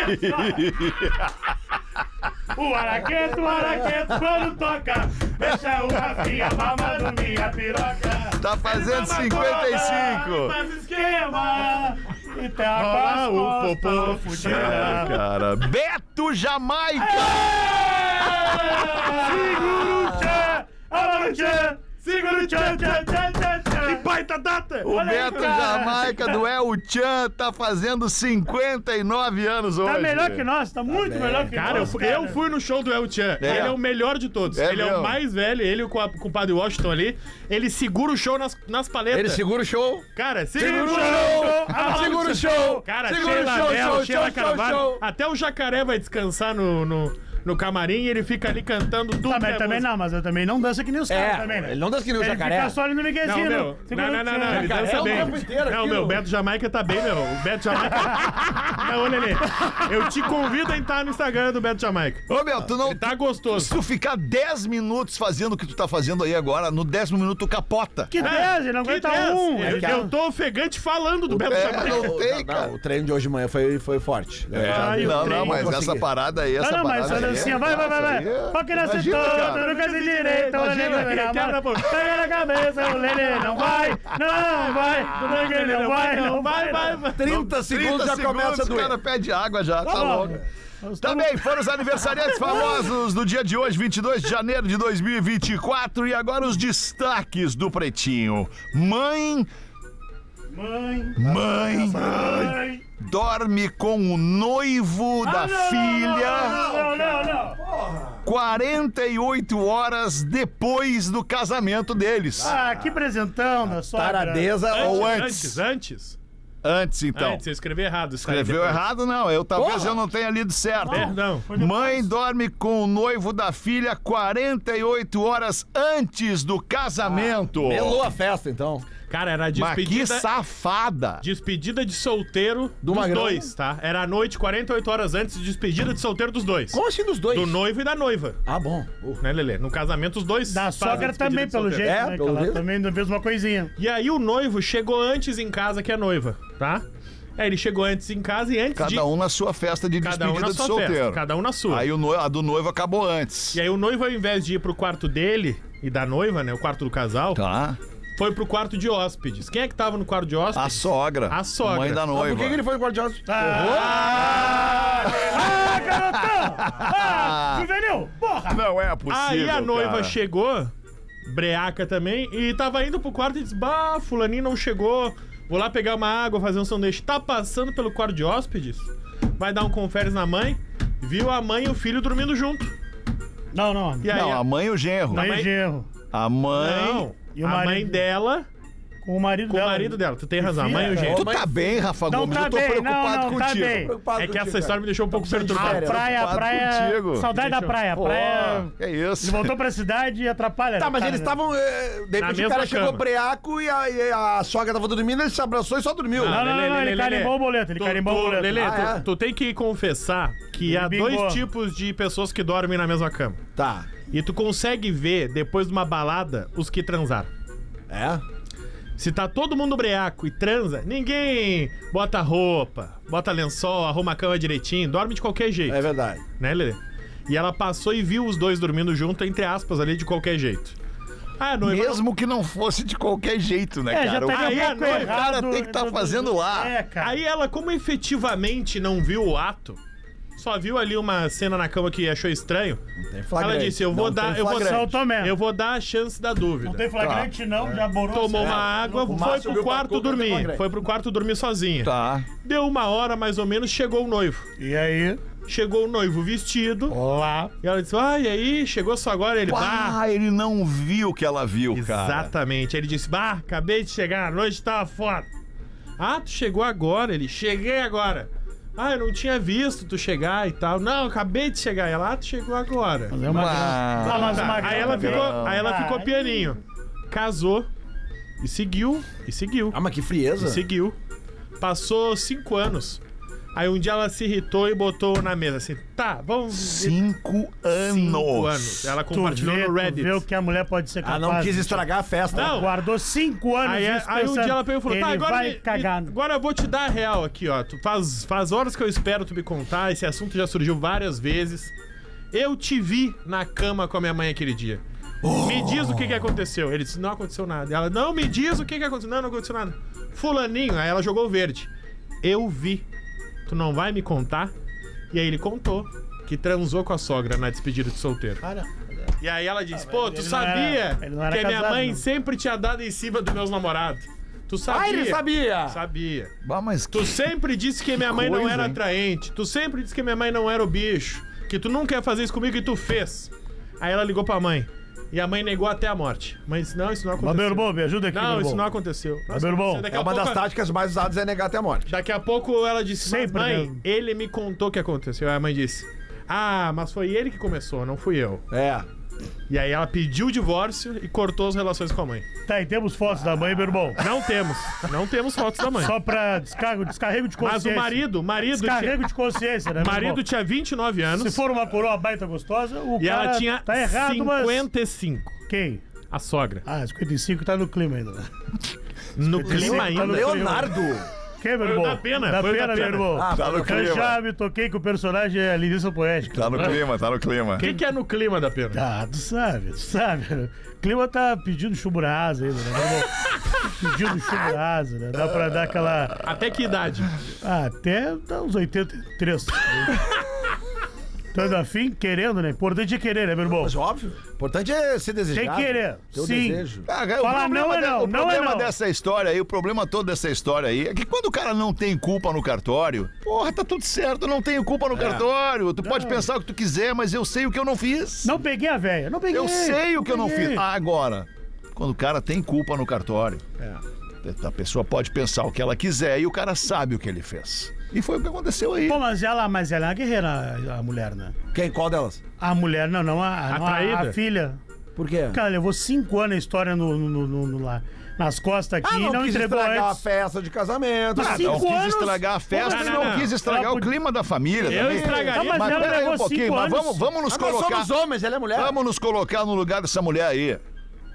[SPEAKER 6] o araqueto, o araqueto, quando toca, deixa o Rafinha mamando minha piroca.
[SPEAKER 4] Tá fazendo 55.
[SPEAKER 6] Faz esquema, e tem a
[SPEAKER 8] Rola o
[SPEAKER 6] costas tá
[SPEAKER 8] popô
[SPEAKER 6] fudida.
[SPEAKER 4] Ah, Cara, Beto Jamaica.
[SPEAKER 6] É, Segura o tchan, abra o tchan, segura o tchan, tchan, tchan, tchan, tchan. Que baita data!
[SPEAKER 4] O Beto Jamaica do El Chan tá fazendo 59 anos hoje.
[SPEAKER 6] Tá melhor que nós, tá muito melhor que
[SPEAKER 8] Cara, eu
[SPEAKER 6] nós.
[SPEAKER 8] fui, eu fui no show do El Chan.
[SPEAKER 4] É.
[SPEAKER 8] Ele é o melhor de todos.
[SPEAKER 4] É
[SPEAKER 8] ele é
[SPEAKER 4] mesmo.
[SPEAKER 8] o mais velho, ele com, a- com o padre Washington ali. Ele segura o show nas, nas paletas.
[SPEAKER 5] Ele segura o show.
[SPEAKER 8] Cara, segura,
[SPEAKER 5] Segura
[SPEAKER 8] o
[SPEAKER 5] o
[SPEAKER 8] show!
[SPEAKER 5] show!
[SPEAKER 8] Ah,
[SPEAKER 5] Segura o show!
[SPEAKER 8] Cara,
[SPEAKER 5] Segura o
[SPEAKER 8] Sheila
[SPEAKER 5] show,
[SPEAKER 8] Mello,
[SPEAKER 5] show,
[SPEAKER 8] Sheila
[SPEAKER 5] show,
[SPEAKER 8] Carvalho.
[SPEAKER 5] show, show.
[SPEAKER 8] Até o jacaré vai descansar no, no, no camarim e ele fica ali cantando tudo.
[SPEAKER 6] Tá, mas
[SPEAKER 8] que é
[SPEAKER 6] também
[SPEAKER 8] música.
[SPEAKER 6] não, mas eu também não danço que nem os caras também, né?
[SPEAKER 5] É. ele não dança que nem o
[SPEAKER 6] Ele
[SPEAKER 5] jacaré.
[SPEAKER 6] fica só ali no
[SPEAKER 8] Não,
[SPEAKER 6] Miguelzinho,
[SPEAKER 8] meu. Não, não, não, não. Ele
[SPEAKER 5] Cara, é
[SPEAKER 8] dança
[SPEAKER 5] o
[SPEAKER 8] bem.
[SPEAKER 5] tempo inteiro
[SPEAKER 8] Não,
[SPEAKER 5] aquilo.
[SPEAKER 8] meu, o Beto Jamaica tá bem, meu. O Beto Jamaica. não, olha ali. Eu te convido a entrar no Instagram do Beto Jamaica.
[SPEAKER 4] Ô, meu, tu não.
[SPEAKER 8] Ele tá gostoso.
[SPEAKER 4] Se tu ficar 10 minutos fazendo o que tu tá fazendo aí agora, no décimo minuto tu capota.
[SPEAKER 6] Que 10, ele não
[SPEAKER 8] Que
[SPEAKER 6] aguenta
[SPEAKER 8] Deus,
[SPEAKER 6] um.
[SPEAKER 8] tá Eu, eu tô ofegante falando do Beto
[SPEAKER 4] É,
[SPEAKER 8] Jamaica.
[SPEAKER 4] não tem, cara. É.
[SPEAKER 5] o treino de hoje de manhã foi, foi forte. Eu já-
[SPEAKER 6] Ai,
[SPEAKER 4] Não,
[SPEAKER 6] o trem
[SPEAKER 4] não, mas
[SPEAKER 5] consegui.
[SPEAKER 4] essa parada aí, essa
[SPEAKER 6] Não, não,
[SPEAKER 4] parada.
[SPEAKER 6] mas essa
[SPEAKER 4] aí,
[SPEAKER 6] dancinha, vai, vai, vai,
[SPEAKER 4] essa
[SPEAKER 6] vai.
[SPEAKER 4] aí é-
[SPEAKER 6] Porque nasce
[SPEAKER 4] Imagina, cara.
[SPEAKER 6] todo, nunca se direita, olha
[SPEAKER 8] Imagina,
[SPEAKER 6] ele
[SPEAKER 8] ele quebra a boca.
[SPEAKER 6] Pega na cabeça, o Lele É não vai, não vai, não vai, não vai, não vai, vai.
[SPEAKER 8] vai.
[SPEAKER 5] 30 segundos já começa a
[SPEAKER 4] O cara
[SPEAKER 5] doer.
[SPEAKER 4] pede água já, tá,
[SPEAKER 6] bom.
[SPEAKER 4] louco. Também foram os aniversariantes famosos do dia de hoje, 22 de janeiro de 2024. E agora os destaques do Pretinho. Mãe,
[SPEAKER 6] Mãe,
[SPEAKER 4] mãe,
[SPEAKER 6] mãe. Ah,
[SPEAKER 4] dorme com o noivo da filha
[SPEAKER 6] Não, não, não.
[SPEAKER 4] 48 horas depois do casamento deles.
[SPEAKER 6] Ah, que presentão da sogra.
[SPEAKER 5] Taradeza ou
[SPEAKER 8] Antes,
[SPEAKER 5] antes.
[SPEAKER 8] antes.
[SPEAKER 4] Antes, então.
[SPEAKER 8] Antes, eu escrevi errado.
[SPEAKER 4] Escreveu errado, não. Eu talvez
[SPEAKER 5] Porra!
[SPEAKER 4] eu não tenha lido certo.
[SPEAKER 8] Perdão.
[SPEAKER 4] Mãe dorme com o noivo da filha 48 horas antes do casamento.
[SPEAKER 5] Pelou a festa, então.
[SPEAKER 8] Cara, era a
[SPEAKER 4] Mas que
[SPEAKER 8] Ah, despedida.
[SPEAKER 4] safada.
[SPEAKER 8] Despedida de solteiro
[SPEAKER 5] Do
[SPEAKER 8] dos
[SPEAKER 5] Magrão.
[SPEAKER 8] dois, tá? Era a noite, 48 horas antes, de despedida de solteiro dos dois.
[SPEAKER 5] Como assim dos dois?
[SPEAKER 8] Do noivo e da noiva.
[SPEAKER 5] Ah, bom. Uh.
[SPEAKER 8] Né, Lelê? No casamento, os dois.
[SPEAKER 6] Da
[SPEAKER 8] fazem
[SPEAKER 6] sogra
[SPEAKER 8] despedida
[SPEAKER 6] também,
[SPEAKER 8] de
[SPEAKER 6] pelo
[SPEAKER 8] solteiro.
[SPEAKER 6] jeito,
[SPEAKER 5] É,
[SPEAKER 6] né?
[SPEAKER 5] pelo
[SPEAKER 6] que ela
[SPEAKER 5] jeito.
[SPEAKER 6] também não fez uma coisinha.
[SPEAKER 8] E aí o noivo chegou antes em casa que a noiva, tá? Aí ele chegou antes em casa e antes de.
[SPEAKER 4] Cada um na sua festa de
[SPEAKER 8] cada
[SPEAKER 4] despedida
[SPEAKER 8] um na
[SPEAKER 4] de
[SPEAKER 8] sua
[SPEAKER 4] solteiro.
[SPEAKER 8] festa, cada um na sua.
[SPEAKER 4] Aí o noivo, a do noivo acabou antes.
[SPEAKER 8] E aí o noivo, ao invés de ir pro quarto dele e da noiva, né? O quarto do casal,
[SPEAKER 4] Tá?
[SPEAKER 8] foi pro quarto de hóspedes. Quem é que tava no quarto de
[SPEAKER 4] A
[SPEAKER 8] hóspedes?
[SPEAKER 4] sogra.
[SPEAKER 8] A sogra.
[SPEAKER 4] Mãe da
[SPEAKER 8] Ah,
[SPEAKER 4] noiva.
[SPEAKER 5] Por que, que ele foi no guardioso?
[SPEAKER 6] tá, Ah, garotão! Ah, juvenil, porra!
[SPEAKER 4] Não é possível.
[SPEAKER 8] Aí a noiva
[SPEAKER 4] cara.
[SPEAKER 8] chegou, breaca também, e tava indo pro quarto e disse: Bah, fulaninho não chegou, vou lá pegar uma água, fazer um sanduíche. Tá passando pelo quarto de hóspedes, vai dar um conferes na mãe, viu a mãe e o filho dormindo junto.
[SPEAKER 6] Não, não.
[SPEAKER 8] E aí,
[SPEAKER 4] Não, a mãe e o genro.
[SPEAKER 6] Mãe
[SPEAKER 8] mãe-
[SPEAKER 6] de erro.
[SPEAKER 4] A mãe.
[SPEAKER 8] Não,
[SPEAKER 6] E o
[SPEAKER 8] a mãe
[SPEAKER 6] marido?
[SPEAKER 8] dela
[SPEAKER 6] Com o marido
[SPEAKER 8] com
[SPEAKER 6] dela.
[SPEAKER 8] o marido dela. Tu tem razão, a
[SPEAKER 6] filha,
[SPEAKER 8] mãe e o
[SPEAKER 6] cara.
[SPEAKER 8] genro.
[SPEAKER 4] Tu tá bem, Rafa
[SPEAKER 6] Não
[SPEAKER 4] Gomes?
[SPEAKER 6] tá
[SPEAKER 4] eu tô
[SPEAKER 6] bem, não,
[SPEAKER 4] preocupado
[SPEAKER 6] não, tá
[SPEAKER 4] contigo.
[SPEAKER 6] bem.
[SPEAKER 5] Preocupado
[SPEAKER 8] É que
[SPEAKER 5] contigo,
[SPEAKER 8] essa história
[SPEAKER 5] cara.
[SPEAKER 8] me deixou um pouco
[SPEAKER 6] A
[SPEAKER 8] perturbado.
[SPEAKER 5] férias.
[SPEAKER 6] praia, a
[SPEAKER 4] preocupado
[SPEAKER 6] praia.
[SPEAKER 4] contigo.
[SPEAKER 6] Saudade da
[SPEAKER 8] Deixa eu-
[SPEAKER 6] praia. A
[SPEAKER 4] Pô,
[SPEAKER 6] praia.
[SPEAKER 4] é isso.
[SPEAKER 6] Ele voltou pra cidade e atrapalha.
[SPEAKER 5] Tá, mas
[SPEAKER 6] cara,
[SPEAKER 5] eles
[SPEAKER 6] né?
[SPEAKER 5] estavam. eh, De repente o
[SPEAKER 8] mesma
[SPEAKER 5] cara chegou
[SPEAKER 8] cama.
[SPEAKER 5] breaco e a, e a sogra tava dormindo, ele se abraçou e só dormiu.
[SPEAKER 8] Ah,
[SPEAKER 6] Não, não, não, ele carimbou o boleto, ele
[SPEAKER 8] Tu-
[SPEAKER 6] carimbou
[SPEAKER 8] tu-
[SPEAKER 6] o boleto.
[SPEAKER 8] Lelê,
[SPEAKER 5] Ah,
[SPEAKER 8] tu,
[SPEAKER 5] é?
[SPEAKER 8] tu tem que confessar que
[SPEAKER 6] Ele
[SPEAKER 8] há
[SPEAKER 6] bingou.
[SPEAKER 8] dois tipos de pessoas que dormem na mesma cama.
[SPEAKER 5] Tá.
[SPEAKER 8] E tu consegue ver, depois de uma balada, os que transaram.
[SPEAKER 5] É?
[SPEAKER 8] Se tá todo mundo breaco e transa, ninguém bota roupa, bota lençol, arruma a cama direitinho, dorme de qualquer jeito,
[SPEAKER 5] É verdade.
[SPEAKER 8] né, Lelê? E ela passou e viu os dois dormindo junto, entre aspas, ali, de qualquer jeito. Ah, a noiva
[SPEAKER 4] Mesmo que não fosse de qualquer jeito, né,
[SPEAKER 6] É, já
[SPEAKER 4] cara? O
[SPEAKER 6] estaria
[SPEAKER 8] aí
[SPEAKER 6] um
[SPEAKER 8] a
[SPEAKER 6] pouco
[SPEAKER 8] noiva, o
[SPEAKER 4] cara
[SPEAKER 6] errado né,
[SPEAKER 4] tem que tá
[SPEAKER 6] do- do-
[SPEAKER 4] fazendo lá.
[SPEAKER 6] É, cara.
[SPEAKER 8] Aí ela, como efetivamente não viu o ato, só viu ali uma cena na cama que achou estranho.
[SPEAKER 5] Tem
[SPEAKER 8] Ela
[SPEAKER 5] flagrante.
[SPEAKER 8] disse: "Eu vou
[SPEAKER 5] Não tem
[SPEAKER 8] dar, eu vou,
[SPEAKER 5] flagrante.
[SPEAKER 6] São Tomé.
[SPEAKER 8] eu vou dar a chance da dúvida".
[SPEAKER 6] Não tem flagrante, não, já borou.
[SPEAKER 8] Tomou
[SPEAKER 6] É.
[SPEAKER 8] uma água,
[SPEAKER 5] O
[SPEAKER 8] foi
[SPEAKER 5] Márcio
[SPEAKER 8] pro
[SPEAKER 5] viu pra
[SPEAKER 8] quarto
[SPEAKER 5] Coca, não tem
[SPEAKER 8] dormir.
[SPEAKER 5] flagrante.
[SPEAKER 8] Foi pro quarto dormir sozinha.
[SPEAKER 4] Tá.
[SPEAKER 8] Deu uma hora mais ou menos, chegou o noivo.
[SPEAKER 6] assim. E aí?
[SPEAKER 8] Chegou o noivo vestido.
[SPEAKER 6] Olá.
[SPEAKER 8] E ela disse: "Ai, e aí, chegou só agora ele bah".
[SPEAKER 4] Ah, ele não viu o que ela viu, cara.
[SPEAKER 8] Exatamente. Ele disse: "Bah, acabei de chegar, a noite tava foda". Ah, tu chegou agora, ele. Cheguei agora. Ah, eu não tinha visto tu chegar e tal. Não, acabei de chegar. Ela, ah, tu chegou agora.
[SPEAKER 6] É uma
[SPEAKER 4] Tá,
[SPEAKER 6] grana. Ah, mas uma grana
[SPEAKER 8] Aí ela
[SPEAKER 6] também.
[SPEAKER 8] ficou, aí ela ficou
[SPEAKER 6] Ah,
[SPEAKER 8] pianinho. Casou e seguiu, e seguiu,
[SPEAKER 5] Ah, mas que frieza.
[SPEAKER 8] e seguiu. Passou cinco anos. Aí um dia ela se irritou e botou na mesa assim, tá, vamos...
[SPEAKER 4] Cinco anos.
[SPEAKER 8] Cinco anos. Ela
[SPEAKER 6] Tu
[SPEAKER 8] compartilhou
[SPEAKER 6] vê,
[SPEAKER 8] no
[SPEAKER 6] tu
[SPEAKER 8] Reddit.
[SPEAKER 6] vê o que a mulher pode ser capaz.
[SPEAKER 5] Ah, não quis
[SPEAKER 6] bicho.
[SPEAKER 5] estragar a festa.
[SPEAKER 8] Não.
[SPEAKER 6] Guardou cinco anos
[SPEAKER 8] Aí,
[SPEAKER 6] isso
[SPEAKER 8] aí um
[SPEAKER 6] pensando,
[SPEAKER 8] dia ela pegou e falou,
[SPEAKER 6] ele
[SPEAKER 8] tá, agora,
[SPEAKER 6] vai
[SPEAKER 8] me- me-
[SPEAKER 6] cagar.
[SPEAKER 8] agora eu vou te dar a real aqui, ó. Tu faz, faz horas que eu espero tu me contar, esse assunto já surgiu várias vezes. Eu te vi na cama com a minha mãe aquele dia. Me diz o que, que aconteceu. Ele disse, não aconteceu nada. Ela, não, me diz o que, que aconteceu. Não, não aconteceu nada. Fulaninho, aí ela jogou o verde. Eu vi. Tu não vai me contar? E aí ele contou que transou com a sogra na despedida de solteiro. E aí ela disse, pô,
[SPEAKER 6] Ah,
[SPEAKER 8] tu
[SPEAKER 6] ele não era-
[SPEAKER 8] sabia
[SPEAKER 6] ele não era
[SPEAKER 8] que a minha
[SPEAKER 6] casado,
[SPEAKER 8] mãe
[SPEAKER 6] né?
[SPEAKER 8] sempre tinha dado em cima dos meus namorados. Tu sabia.
[SPEAKER 5] Ah, ele sabia!
[SPEAKER 8] Sabia.
[SPEAKER 4] Bah, mas que
[SPEAKER 8] Tu sempre disse que minha mãe não
[SPEAKER 4] coisa,
[SPEAKER 8] era
[SPEAKER 4] hein?
[SPEAKER 8] atraente. Tu sempre disse que minha mãe não era o bicho. Que tu nunca ia fazer isso comigo e tu fez. Aí ela ligou pra mãe. E a mãe negou até a morte. Mãe disse, não, isso não aconteceu.
[SPEAKER 6] Babeiro Bom, me ajuda aqui,
[SPEAKER 8] Não,
[SPEAKER 6] Babeiro
[SPEAKER 8] isso
[SPEAKER 6] Bom.
[SPEAKER 8] não aconteceu. Não, isso
[SPEAKER 6] Babeiro
[SPEAKER 8] não aconteceu.
[SPEAKER 6] Bom.
[SPEAKER 8] Daqui
[SPEAKER 5] É
[SPEAKER 8] a
[SPEAKER 5] uma
[SPEAKER 8] pouco
[SPEAKER 5] das
[SPEAKER 8] a-
[SPEAKER 5] táticas mais usadas é negar até a morte.
[SPEAKER 8] Daqui a pouco ela disse, "Mas,
[SPEAKER 5] né?
[SPEAKER 6] Sempre
[SPEAKER 8] mãe,
[SPEAKER 6] mesmo.
[SPEAKER 8] ele me contou o que aconteceu. Aí a mãe disse, Ah, mas foi ele que começou, não fui eu.
[SPEAKER 5] É.
[SPEAKER 8] E aí ela pediu o divórcio e cortou as relações com a mãe.
[SPEAKER 6] Tá, e temos fotos da mãe, meu irmão.
[SPEAKER 8] Não temos. Não temos fotos da mãe.
[SPEAKER 6] Só pra descargo, descarrego de
[SPEAKER 8] Mas
[SPEAKER 6] consciência.
[SPEAKER 8] o marido, o marido,
[SPEAKER 6] Descarrego
[SPEAKER 8] tinha,
[SPEAKER 6] de consciência, né, meu
[SPEAKER 8] marido
[SPEAKER 6] irmão?
[SPEAKER 8] tinha 29
[SPEAKER 6] Se
[SPEAKER 8] anos
[SPEAKER 6] for uma coroa baita gostosa, o
[SPEAKER 8] e
[SPEAKER 6] cara
[SPEAKER 8] ela tinha
[SPEAKER 6] tá errado, mas...
[SPEAKER 8] 55.
[SPEAKER 6] Quem?
[SPEAKER 8] A sogra.
[SPEAKER 6] Ah, 55 tá no clima ainda.
[SPEAKER 8] No clima
[SPEAKER 6] tá no
[SPEAKER 8] ainda.
[SPEAKER 5] Leonardo.
[SPEAKER 6] Quem, meu
[SPEAKER 8] Foi o
[SPEAKER 6] irmão?
[SPEAKER 8] da pena,
[SPEAKER 6] Da
[SPEAKER 8] foi o da
[SPEAKER 6] pena, meu
[SPEAKER 8] pena.
[SPEAKER 6] irmão.
[SPEAKER 4] Tá no
[SPEAKER 6] Eu já
[SPEAKER 4] clima.
[SPEAKER 6] me toquei que o personagem é a Linissa Poética.
[SPEAKER 4] Tá no clima, tá no clima.
[SPEAKER 8] O que, que é no clima da pena?
[SPEAKER 6] Ah, tu sabe, tu sabe. O clima tá pedindo chumbo na asa ainda, né? meu irmão? pedindo chumbo na asa, né? Dá pra dar aquela...
[SPEAKER 8] Até que idade?
[SPEAKER 6] Ah, até dá uns 83. Tanto afim, querendo, né? Importante é querer, né, meu irmão?
[SPEAKER 5] Mas óbvio. O importante é ser
[SPEAKER 6] Tem
[SPEAKER 5] desejado.
[SPEAKER 6] que querer.
[SPEAKER 5] Ter o
[SPEAKER 6] Sim.
[SPEAKER 5] desejo.
[SPEAKER 4] Ah, o
[SPEAKER 6] Fala,
[SPEAKER 4] problema
[SPEAKER 6] não é
[SPEAKER 4] de-
[SPEAKER 6] não,
[SPEAKER 4] o
[SPEAKER 6] não é
[SPEAKER 4] problema
[SPEAKER 6] não.
[SPEAKER 4] dessa história aí, o problema todo dessa história aí, é que quando o cara não tem culpa no cartório, porra, tá tudo certo, eu não tenho culpa no
[SPEAKER 8] É.
[SPEAKER 4] cartório. Tu pode pensar o que tu quiser, mas eu sei o que eu não fiz.
[SPEAKER 6] Não peguei a velha, não peguei.
[SPEAKER 4] Eu sei o que eu não
[SPEAKER 6] peguei.
[SPEAKER 4] fiz. Ah, Agora, quando o cara tem culpa no cartório, a pessoa pode pensar o que ela quiser e o cara sabe o que ele fez. E foi o que aconteceu aí.
[SPEAKER 6] Pô, mas ela, mas ela é uma guerreira, a- a mulher, né?
[SPEAKER 5] Quem? Qual delas?
[SPEAKER 6] A mulher, não, não, a, a, não, a,
[SPEAKER 8] traída?
[SPEAKER 6] a filha.
[SPEAKER 5] Por quê?
[SPEAKER 6] Cara, levou cinco anos a história no, no- no- no- lá, nas costas aqui
[SPEAKER 5] Ah,
[SPEAKER 6] e não,
[SPEAKER 5] não, quis
[SPEAKER 6] entregou
[SPEAKER 5] estragar a
[SPEAKER 6] antes.
[SPEAKER 5] festa de casamento.
[SPEAKER 6] Mas
[SPEAKER 5] Ah,
[SPEAKER 6] sim,
[SPEAKER 4] não
[SPEAKER 5] não.
[SPEAKER 6] cinco
[SPEAKER 4] quis
[SPEAKER 6] anos?
[SPEAKER 4] estragar a festa
[SPEAKER 8] Não,
[SPEAKER 4] e
[SPEAKER 8] não,
[SPEAKER 4] não,
[SPEAKER 8] não.
[SPEAKER 4] quis estragar
[SPEAKER 6] Ela
[SPEAKER 4] o
[SPEAKER 6] podia-
[SPEAKER 4] clima da família também.
[SPEAKER 8] Eu
[SPEAKER 6] Não,
[SPEAKER 8] estragaria.
[SPEAKER 6] mas
[SPEAKER 4] Mas
[SPEAKER 6] ela
[SPEAKER 4] peraí
[SPEAKER 6] levou
[SPEAKER 4] um pouquinho,
[SPEAKER 6] cinco
[SPEAKER 4] mas
[SPEAKER 6] anos.
[SPEAKER 4] vamos, vamos nos
[SPEAKER 5] Mas Ah, nós
[SPEAKER 4] colocar.
[SPEAKER 5] somos homens, ela é mulher.
[SPEAKER 4] Vamos nos colocar no lugar dessa mulher aí.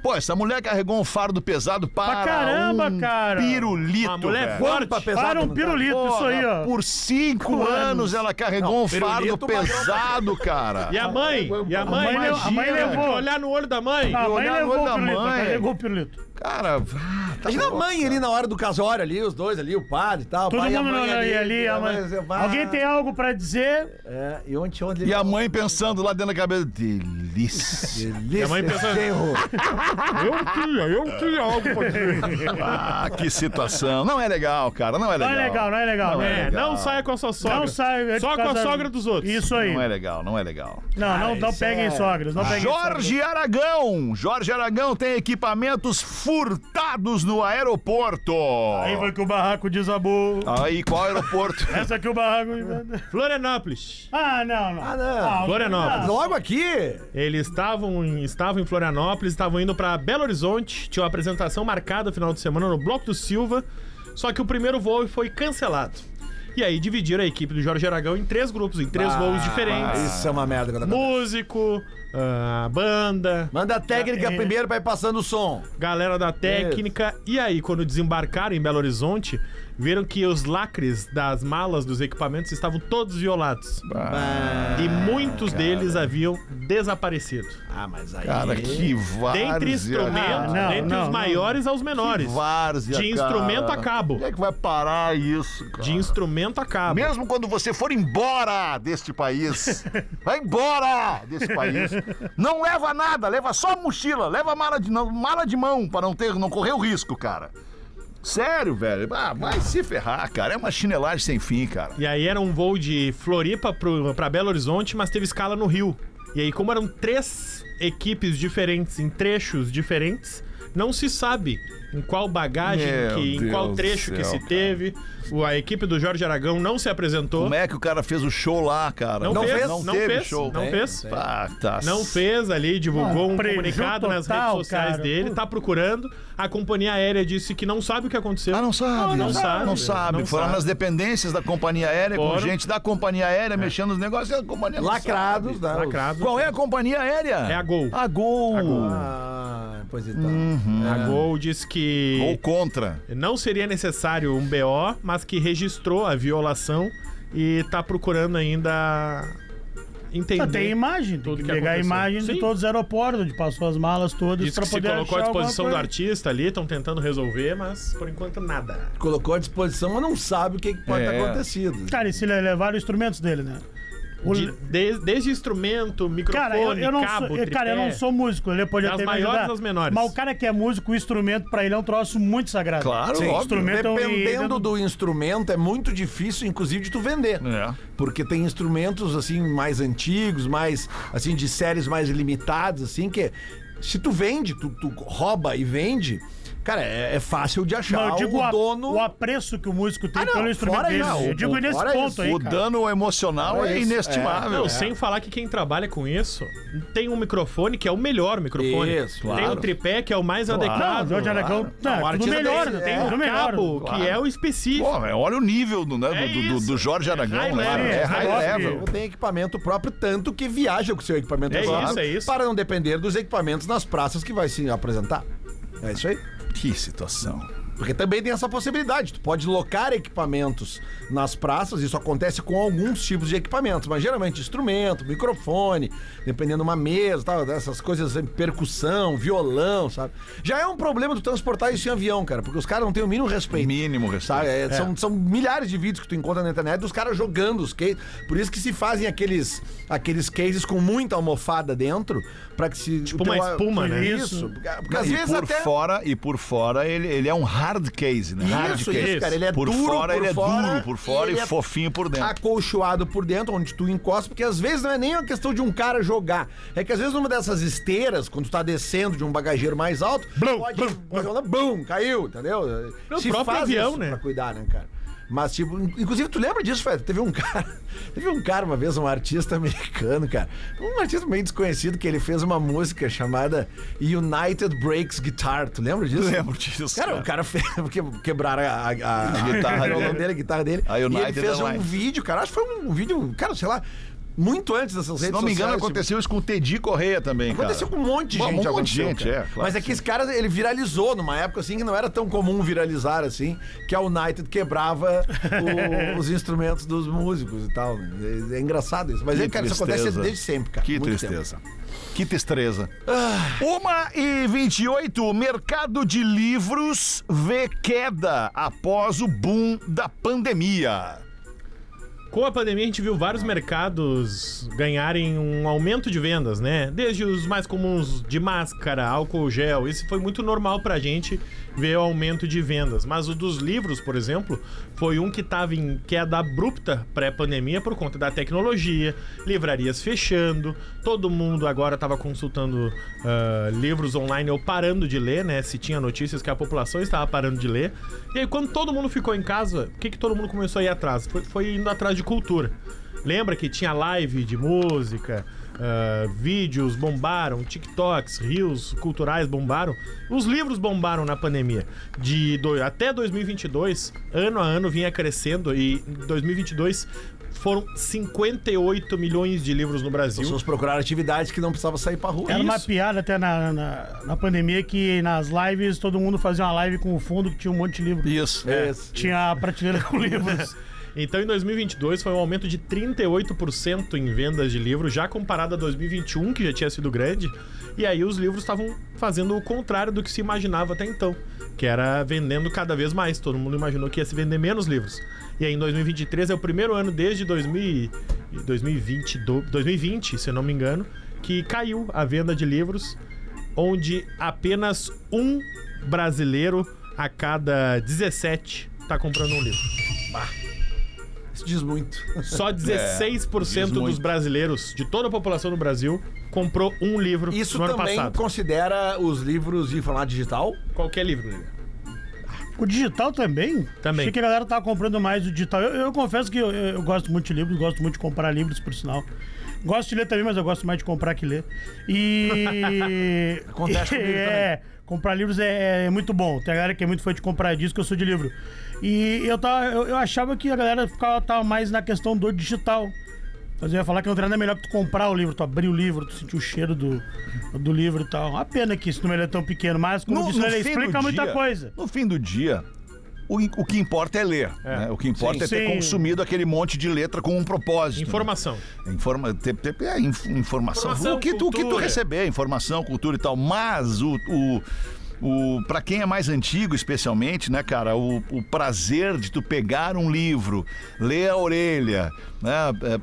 [SPEAKER 4] Pô, essa mulher carregou um fardo pesado para
[SPEAKER 6] Pra caramba,
[SPEAKER 4] um
[SPEAKER 6] cara.
[SPEAKER 4] pirulito,
[SPEAKER 8] Uma mulher
[SPEAKER 4] velho.
[SPEAKER 5] Quanto pra
[SPEAKER 8] forte.
[SPEAKER 5] pesar
[SPEAKER 6] Para um
[SPEAKER 5] quando tá?
[SPEAKER 6] pirulito, isso aí, ó.
[SPEAKER 4] Por cinco
[SPEAKER 6] anos.
[SPEAKER 4] anos ela carregou
[SPEAKER 5] Não,
[SPEAKER 4] um fardo
[SPEAKER 5] pirulito, mas-
[SPEAKER 4] pesado, cara.
[SPEAKER 8] E a mãe? E a mãe?
[SPEAKER 6] mãe levou- a mãe
[SPEAKER 8] Imagina,
[SPEAKER 6] levou. Tá.
[SPEAKER 8] Olhar no olho da mãe?
[SPEAKER 6] A mãe
[SPEAKER 4] olhar no
[SPEAKER 6] Ah, levou
[SPEAKER 4] olho
[SPEAKER 6] o
[SPEAKER 4] da
[SPEAKER 6] pirulito, ela
[SPEAKER 4] mãe.
[SPEAKER 6] carregou o pirulito.
[SPEAKER 4] Cara, ah, tá
[SPEAKER 5] Imagina a
[SPEAKER 4] bom.
[SPEAKER 5] mãe ali na hora do casório ali, os dois ali, o padre e tal.
[SPEAKER 6] Todo
[SPEAKER 5] pai e a
[SPEAKER 6] mundo
[SPEAKER 5] mãe
[SPEAKER 6] não ali, ali a mãe.
[SPEAKER 5] mas, ah,
[SPEAKER 6] Alguém tem algo pra dizer?
[SPEAKER 5] É, e ontem, ontem...
[SPEAKER 4] E a mãe pensando lá dentro da cabeça. Delícia.
[SPEAKER 5] Delícia,
[SPEAKER 8] a mãe pensando-
[SPEAKER 5] genro.
[SPEAKER 8] Eu queria, eu queria algo pra dizer.
[SPEAKER 4] Ah, que situação. Não é legal, cara. Não é
[SPEAKER 6] Não
[SPEAKER 4] legal.
[SPEAKER 6] é legal, não é legal.
[SPEAKER 4] Não
[SPEAKER 6] Não,
[SPEAKER 8] É, não saia com a sua sogra.
[SPEAKER 6] Não sai antes
[SPEAKER 8] Só
[SPEAKER 6] de
[SPEAKER 8] com a
[SPEAKER 6] casar.
[SPEAKER 8] sogra dos outros.
[SPEAKER 6] Isso aí.
[SPEAKER 4] Não é legal, não é legal.
[SPEAKER 6] Não, não, não peguem sogras, não peguem sogras.
[SPEAKER 4] Jorge Aragão. Jorge Aragão tem equipamentos furtados no aeroporto.
[SPEAKER 6] Aí foi que o barraco desabou.
[SPEAKER 4] Aí, qual aeroporto?
[SPEAKER 6] Essa aqui o barraco.
[SPEAKER 8] Florianópolis.
[SPEAKER 6] Ah, não, não.
[SPEAKER 5] Ah, não.
[SPEAKER 8] Florianópolis.
[SPEAKER 5] Logo aqui...
[SPEAKER 8] Eles estavam em, estavam em Florianópolis, estavam indo pra Belo Horizonte, tinha uma apresentação marcada no final de semana no Bloco do Silva, só que o primeiro voo foi cancelado. E aí dividiram a equipe do Jorge Aragão em três grupos, em três voos diferentes.
[SPEAKER 5] Ah, Isso é uma merda. Quando acontece.
[SPEAKER 8] Músico, ah, banda,
[SPEAKER 5] Manda a
[SPEAKER 6] É,
[SPEAKER 5] técnica primeiro pra ir passando o som.
[SPEAKER 8] galera da técnica. E aí, quando desembarcaram em Belo Horizonte, viram que os lacres das malas dos equipamentos estavam todos violados. e muitos deles haviam desaparecido.
[SPEAKER 5] Ah, mas aí...
[SPEAKER 4] Cara, que várzea.
[SPEAKER 8] Dentre instrumentos,
[SPEAKER 4] cara.
[SPEAKER 6] Ah, não,
[SPEAKER 8] dentre
[SPEAKER 6] não,
[SPEAKER 8] os
[SPEAKER 6] não.
[SPEAKER 8] maiores aos menores.
[SPEAKER 4] Várzea,
[SPEAKER 8] De instrumento
[SPEAKER 4] cara.
[SPEAKER 8] a cabo.
[SPEAKER 4] Onde é que vai parar isso, cara?
[SPEAKER 8] De instrumento a cabo.
[SPEAKER 4] Mesmo quando você for embora deste país, vai embora desse país. Não leva nada, leva só mochila, leva mala de, não, mala de mão para não ter, não correr o risco, cara. Sério, velho. Ah, vai se ferrar, cara. É uma chinelagem sem fim, cara.
[SPEAKER 8] E aí era um voo de Floripa pro, pra Belo Horizonte, mas teve escala no Rio. E aí, como eram três equipes diferentes, em trechos diferentes, não se sabe em qual bagagem,
[SPEAKER 4] Meu
[SPEAKER 8] que- em qual
[SPEAKER 4] Deus
[SPEAKER 8] trecho
[SPEAKER 4] do
[SPEAKER 8] que
[SPEAKER 4] céu,
[SPEAKER 8] se
[SPEAKER 4] cara.
[SPEAKER 8] teve. O- A equipe do Jorge Aragão não se apresentou.
[SPEAKER 4] Como é que o cara fez o show lá, cara?
[SPEAKER 8] Não, fez, não,
[SPEAKER 4] não teve
[SPEAKER 8] fez,
[SPEAKER 4] show.
[SPEAKER 8] não
[SPEAKER 5] Tem,
[SPEAKER 8] fez.
[SPEAKER 4] Ah, tá.
[SPEAKER 8] Não fez ali, divulgou
[SPEAKER 6] Ah,
[SPEAKER 8] um
[SPEAKER 6] preju
[SPEAKER 8] comunicado nas redes
[SPEAKER 6] total,
[SPEAKER 8] sociais
[SPEAKER 6] cara.
[SPEAKER 8] dele, tá procurando. A companhia aérea disse que não sabe o que aconteceu.
[SPEAKER 4] Ah, não sabe.
[SPEAKER 8] Não sabe.
[SPEAKER 4] Não sabe.
[SPEAKER 8] Não
[SPEAKER 4] Foram
[SPEAKER 8] sabe.
[SPEAKER 4] nas dependências da companhia aérea, com
[SPEAKER 8] Foram. É.
[SPEAKER 4] gente da companhia aérea mexendo nos negócios e a companhia não
[SPEAKER 5] Lacrados, né?
[SPEAKER 8] Lacrado.
[SPEAKER 4] Qual é a companhia aérea?
[SPEAKER 8] É a Gol.
[SPEAKER 4] A Gol.
[SPEAKER 5] Ah, pois então.
[SPEAKER 6] Uhum. Hum.
[SPEAKER 8] A Gol diz
[SPEAKER 4] Ou
[SPEAKER 8] que
[SPEAKER 4] contra.
[SPEAKER 8] não seria necessário um BO, mas que registrou a violação e tá procurando ainda entender.
[SPEAKER 6] Ah, tem imagem, tem
[SPEAKER 8] Tudo
[SPEAKER 6] que
[SPEAKER 8] que
[SPEAKER 6] pegar a
[SPEAKER 8] aconteceu.
[SPEAKER 6] imagem de
[SPEAKER 8] Sim.
[SPEAKER 6] todos os aeroportos, onde passou as malas todas
[SPEAKER 8] Diz
[SPEAKER 6] pra
[SPEAKER 8] que se
[SPEAKER 6] poder
[SPEAKER 8] colocou à
[SPEAKER 6] achar alguma
[SPEAKER 8] disposição do
[SPEAKER 6] coisa.
[SPEAKER 8] artista ali, estão tentando resolver, mas por enquanto nada.
[SPEAKER 5] Colocou à disposição, mas não sabe o que, que pode
[SPEAKER 4] É.
[SPEAKER 5] ter acontecido.
[SPEAKER 6] Cara, e se le- levaram os instrumentos dele, né? O-
[SPEAKER 8] De- de- desde instrumento, microfone,
[SPEAKER 6] Cara, eu, eu não
[SPEAKER 8] cabo,
[SPEAKER 6] sou, eu- cara, eu
[SPEAKER 8] tripé.
[SPEAKER 6] não sou músico, ele podia
[SPEAKER 8] Das
[SPEAKER 6] ter me
[SPEAKER 8] maiores
[SPEAKER 6] ajudado.
[SPEAKER 8] às menores.
[SPEAKER 6] Mas o cara que é músico, o instrumento pra ele é um troço muito sagrado.
[SPEAKER 4] Claro, óbvio.
[SPEAKER 6] instrumento é um-
[SPEAKER 5] Dependendo do instrumento, é muito difícil, inclusive, de tu vender.
[SPEAKER 4] É.
[SPEAKER 5] Porque tem instrumentos, assim, mais antigos, mais, assim, de séries mais limitadas, assim, que se tu vende, tu, tu rouba e vende, cara, é, é fácil de achar
[SPEAKER 6] Não, eu digo
[SPEAKER 5] o
[SPEAKER 6] a-
[SPEAKER 5] dono.
[SPEAKER 6] o apreço que o músico tem
[SPEAKER 5] Ah, não,
[SPEAKER 6] pelo instrumento
[SPEAKER 5] fora
[SPEAKER 6] dele.
[SPEAKER 5] isso,
[SPEAKER 6] Eu digo
[SPEAKER 5] o-
[SPEAKER 6] nesse
[SPEAKER 5] fora
[SPEAKER 6] ponto
[SPEAKER 5] isso.
[SPEAKER 6] aí,
[SPEAKER 4] O
[SPEAKER 6] cara.
[SPEAKER 4] dano emocional é,
[SPEAKER 5] É isso,
[SPEAKER 4] inestimável.
[SPEAKER 8] Não, sem falar que quem trabalha com isso tem um microfone que é o melhor microfone.
[SPEAKER 5] Isso,
[SPEAKER 8] Tem
[SPEAKER 5] claro.
[SPEAKER 8] um tripé que é o mais
[SPEAKER 6] Não,
[SPEAKER 8] adequado.
[SPEAKER 6] Jorge Aragão, não, é
[SPEAKER 5] O
[SPEAKER 6] tudo
[SPEAKER 5] artista
[SPEAKER 6] melhor,
[SPEAKER 5] tem-
[SPEAKER 6] tem
[SPEAKER 5] é,
[SPEAKER 6] tudo
[SPEAKER 8] o
[SPEAKER 6] melhor.
[SPEAKER 8] cabo, que é o específico.
[SPEAKER 4] Pô, velho, olha o nível do, né,
[SPEAKER 8] É
[SPEAKER 4] do- do,
[SPEAKER 8] isso.
[SPEAKER 4] do Jorge Aragão.
[SPEAKER 8] high
[SPEAKER 4] né?
[SPEAKER 8] level,
[SPEAKER 4] É
[SPEAKER 8] esse
[SPEAKER 4] high
[SPEAKER 6] negócio
[SPEAKER 4] level.
[SPEAKER 5] Ou tem equipamento próprio, tanto que viaja com seu equipamento
[SPEAKER 8] É
[SPEAKER 5] próprio
[SPEAKER 8] isso, é isso.
[SPEAKER 5] para não depender dos equipamentos nas praças que vai se apresentar. É isso aí.
[SPEAKER 4] Que situação.
[SPEAKER 5] Porque também tem essa possibilidade. Tu pode locar equipamentos nas praças, isso acontece com alguns tipos de equipamentos, mas geralmente instrumento, microfone, dependendo de uma mesa, tal, essas coisas, percussão, violão, sabe? Já é um problema tu transportar isso em avião, cara, porque os caras não têm o mínimo respeito.
[SPEAKER 4] Mínimo respeito.
[SPEAKER 5] Sabe? É, São, são milhares de vídeos que tu encontra na internet dos caras jogando os cases. Por isso que se fazem aqueles, aqueles cases com muita almofada dentro, pra que se. Tipo
[SPEAKER 8] uma espuma, né?
[SPEAKER 5] Isso. Porque às
[SPEAKER 4] e
[SPEAKER 5] vezes
[SPEAKER 4] por
[SPEAKER 5] até.
[SPEAKER 4] fora, e por fora ele, ele é um hard case, né? Hard
[SPEAKER 5] Isso,
[SPEAKER 4] case.
[SPEAKER 5] isso, cara. Ele é
[SPEAKER 4] por
[SPEAKER 5] duro
[SPEAKER 4] fora,
[SPEAKER 5] por
[SPEAKER 4] ele é
[SPEAKER 5] fora
[SPEAKER 4] duro por fora
[SPEAKER 5] e
[SPEAKER 4] e,
[SPEAKER 5] ele é
[SPEAKER 4] fofinho por dentro.
[SPEAKER 5] acolchoado por dentro, onde tu encosta, porque às vezes não é nem uma questão de um cara jogar. É que às vezes numa dessas esteiras, quando tu tá descendo de um bagageiro mais alto,
[SPEAKER 6] Blum,
[SPEAKER 5] pode,
[SPEAKER 6] blum,
[SPEAKER 5] pode rolar, bum, caiu, entendeu?
[SPEAKER 8] No próprio avião, né?
[SPEAKER 5] Pra cuidar, né, cara? Mas, tipo, in- inclusive, tu lembra disso, Fred? Teve um cara, teve um cara uma vez, um artista americano, cara, um artista meio desconhecido, que ele fez uma música chamada United Breaks Guitar. Tu lembra disso?
[SPEAKER 4] Lembro disso.
[SPEAKER 5] Cara, o cara fez, porque quebraram a, a, a, a
[SPEAKER 4] guitarra
[SPEAKER 5] o violão
[SPEAKER 4] dele.
[SPEAKER 5] dele, a guitarra dele.
[SPEAKER 4] A
[SPEAKER 5] e ele
[SPEAKER 4] United
[SPEAKER 5] fez um
[SPEAKER 4] Airlines.
[SPEAKER 5] vídeo, cara. Acho que foi um vídeo, cara, sei lá, muito antes dessas redes
[SPEAKER 4] Se
[SPEAKER 5] sociais.
[SPEAKER 4] não me engano,
[SPEAKER 5] tipo,
[SPEAKER 4] aconteceu isso com o Teddy Correia também, cara.
[SPEAKER 5] Aconteceu com um monte de
[SPEAKER 4] Bom,
[SPEAKER 5] gente.
[SPEAKER 4] um monte de
[SPEAKER 5] aconteceu,
[SPEAKER 4] gente,
[SPEAKER 5] cara.
[SPEAKER 4] é, claro
[SPEAKER 5] Mas é
[SPEAKER 4] que
[SPEAKER 5] que esse cara, ele viralizou numa época assim que não era tão comum viralizar assim, que a United quebrava o- os instrumentos dos músicos e tal. É, é engraçado isso. Mas,
[SPEAKER 4] Que
[SPEAKER 5] é, cara, isso
[SPEAKER 4] tristeza.
[SPEAKER 5] acontece desde sempre, cara.
[SPEAKER 4] Que
[SPEAKER 5] muito
[SPEAKER 4] tristeza. Que tristeza. Uma e 28, mercado de livros vê queda após o boom da pandemia.
[SPEAKER 8] Com a pandemia, a gente viu vários mercados ganharem um aumento de vendas, né? Desde os mais comuns de máscara, álcool gel. Isso foi muito normal pra gente ver o aumento de vendas. Mas o dos livros, por exemplo, foi um que tava em queda abrupta pré-pandemia por conta da tecnologia, livrarias fechando, todo mundo agora tava consultando ah, livros online ou parando de ler, né? Se tinha notícias que a população estava parando de ler. E aí, quando todo mundo ficou em casa, o que, que todo mundo começou a ir atrás? Foi, foi indo atrás de cultura. Lembra que tinha live de música, ah, vídeos bombaram, TikToks, rios culturais bombaram. Os livros bombaram na pandemia. De do- até 2022, ano a ano vinha crescendo e em 2022 foram 58 milhões de livros no
[SPEAKER 5] As
[SPEAKER 8] Brasil.
[SPEAKER 5] pessoas procuraram atividades que não precisava sair pra rua.
[SPEAKER 6] Era uma
[SPEAKER 8] Isso.
[SPEAKER 6] piada até na, na, na pandemia que nas lives todo mundo fazia uma live com o fundo que tinha um monte de livro.
[SPEAKER 4] Isso.
[SPEAKER 5] É. Isso.
[SPEAKER 6] Tinha a prateleira com livros.
[SPEAKER 8] Então, em 2022, foi um aumento de 38% em vendas de livros, já comparado a 2021, que já tinha sido grande. E aí, os livros estavam fazendo o contrário do que se imaginava até então, que era vendendo cada vez mais. Todo mundo imaginou que ia se vender menos livros. E aí, em 2023, é o primeiro ano desde 2000, e- 2020, do- 2020, se eu não me engano, que caiu a venda de livros onde apenas um brasileiro a cada 17 está comprando um livro.
[SPEAKER 5] Isso diz muito.
[SPEAKER 8] Só 16% dos
[SPEAKER 4] muito.
[SPEAKER 8] brasileiros, de toda a população do Brasil, comprou um livro
[SPEAKER 5] Isso
[SPEAKER 8] no ano
[SPEAKER 5] também
[SPEAKER 8] passado.
[SPEAKER 5] considera os livros de falar digital?
[SPEAKER 8] Qualquer livro. né?
[SPEAKER 6] O digital também?
[SPEAKER 8] Também.
[SPEAKER 6] Achei que a galera tava comprando mais o digital. Eu, eu confesso que eu, eu- eu gosto muito de livros, gosto muito de comprar livros, por sinal. Gosto de ler também, mas eu gosto mais de comprar que ler. E.
[SPEAKER 5] Acontece comigo
[SPEAKER 6] é, comprar livros é, é muito bom. Tem a galera que é muito fã de comprar disco, eu sou de livro. E eu, tava, eu, eu achava que a galera ficava, tava mais na questão do digital. Mas eu ia falar que não tem nada melhor que tu comprar o livro, tu abrir o livro, tu sentir o cheiro do, do livro e tal. Uma pena que esse número é tão pequeno, mas como disse, ele
[SPEAKER 4] fim do
[SPEAKER 6] explica muita
[SPEAKER 4] dia-
[SPEAKER 6] coisa.
[SPEAKER 4] No fim do dia, o, o que importa é ler. né? O que importa é ter
[SPEAKER 6] Sim.
[SPEAKER 4] consumido aquele monte de letra com um propósito. né?
[SPEAKER 8] Informação.
[SPEAKER 4] Informa, te- te- é, inf- informação.
[SPEAKER 8] Informação,
[SPEAKER 4] o, que tu, o que tu
[SPEAKER 8] cultura.
[SPEAKER 4] receber, informação, cultura e tal. Mas o. o o, para quem é mais antigo, especialmente, né, cara, o, o prazer de tu pegar um livro, ler a orelha, né,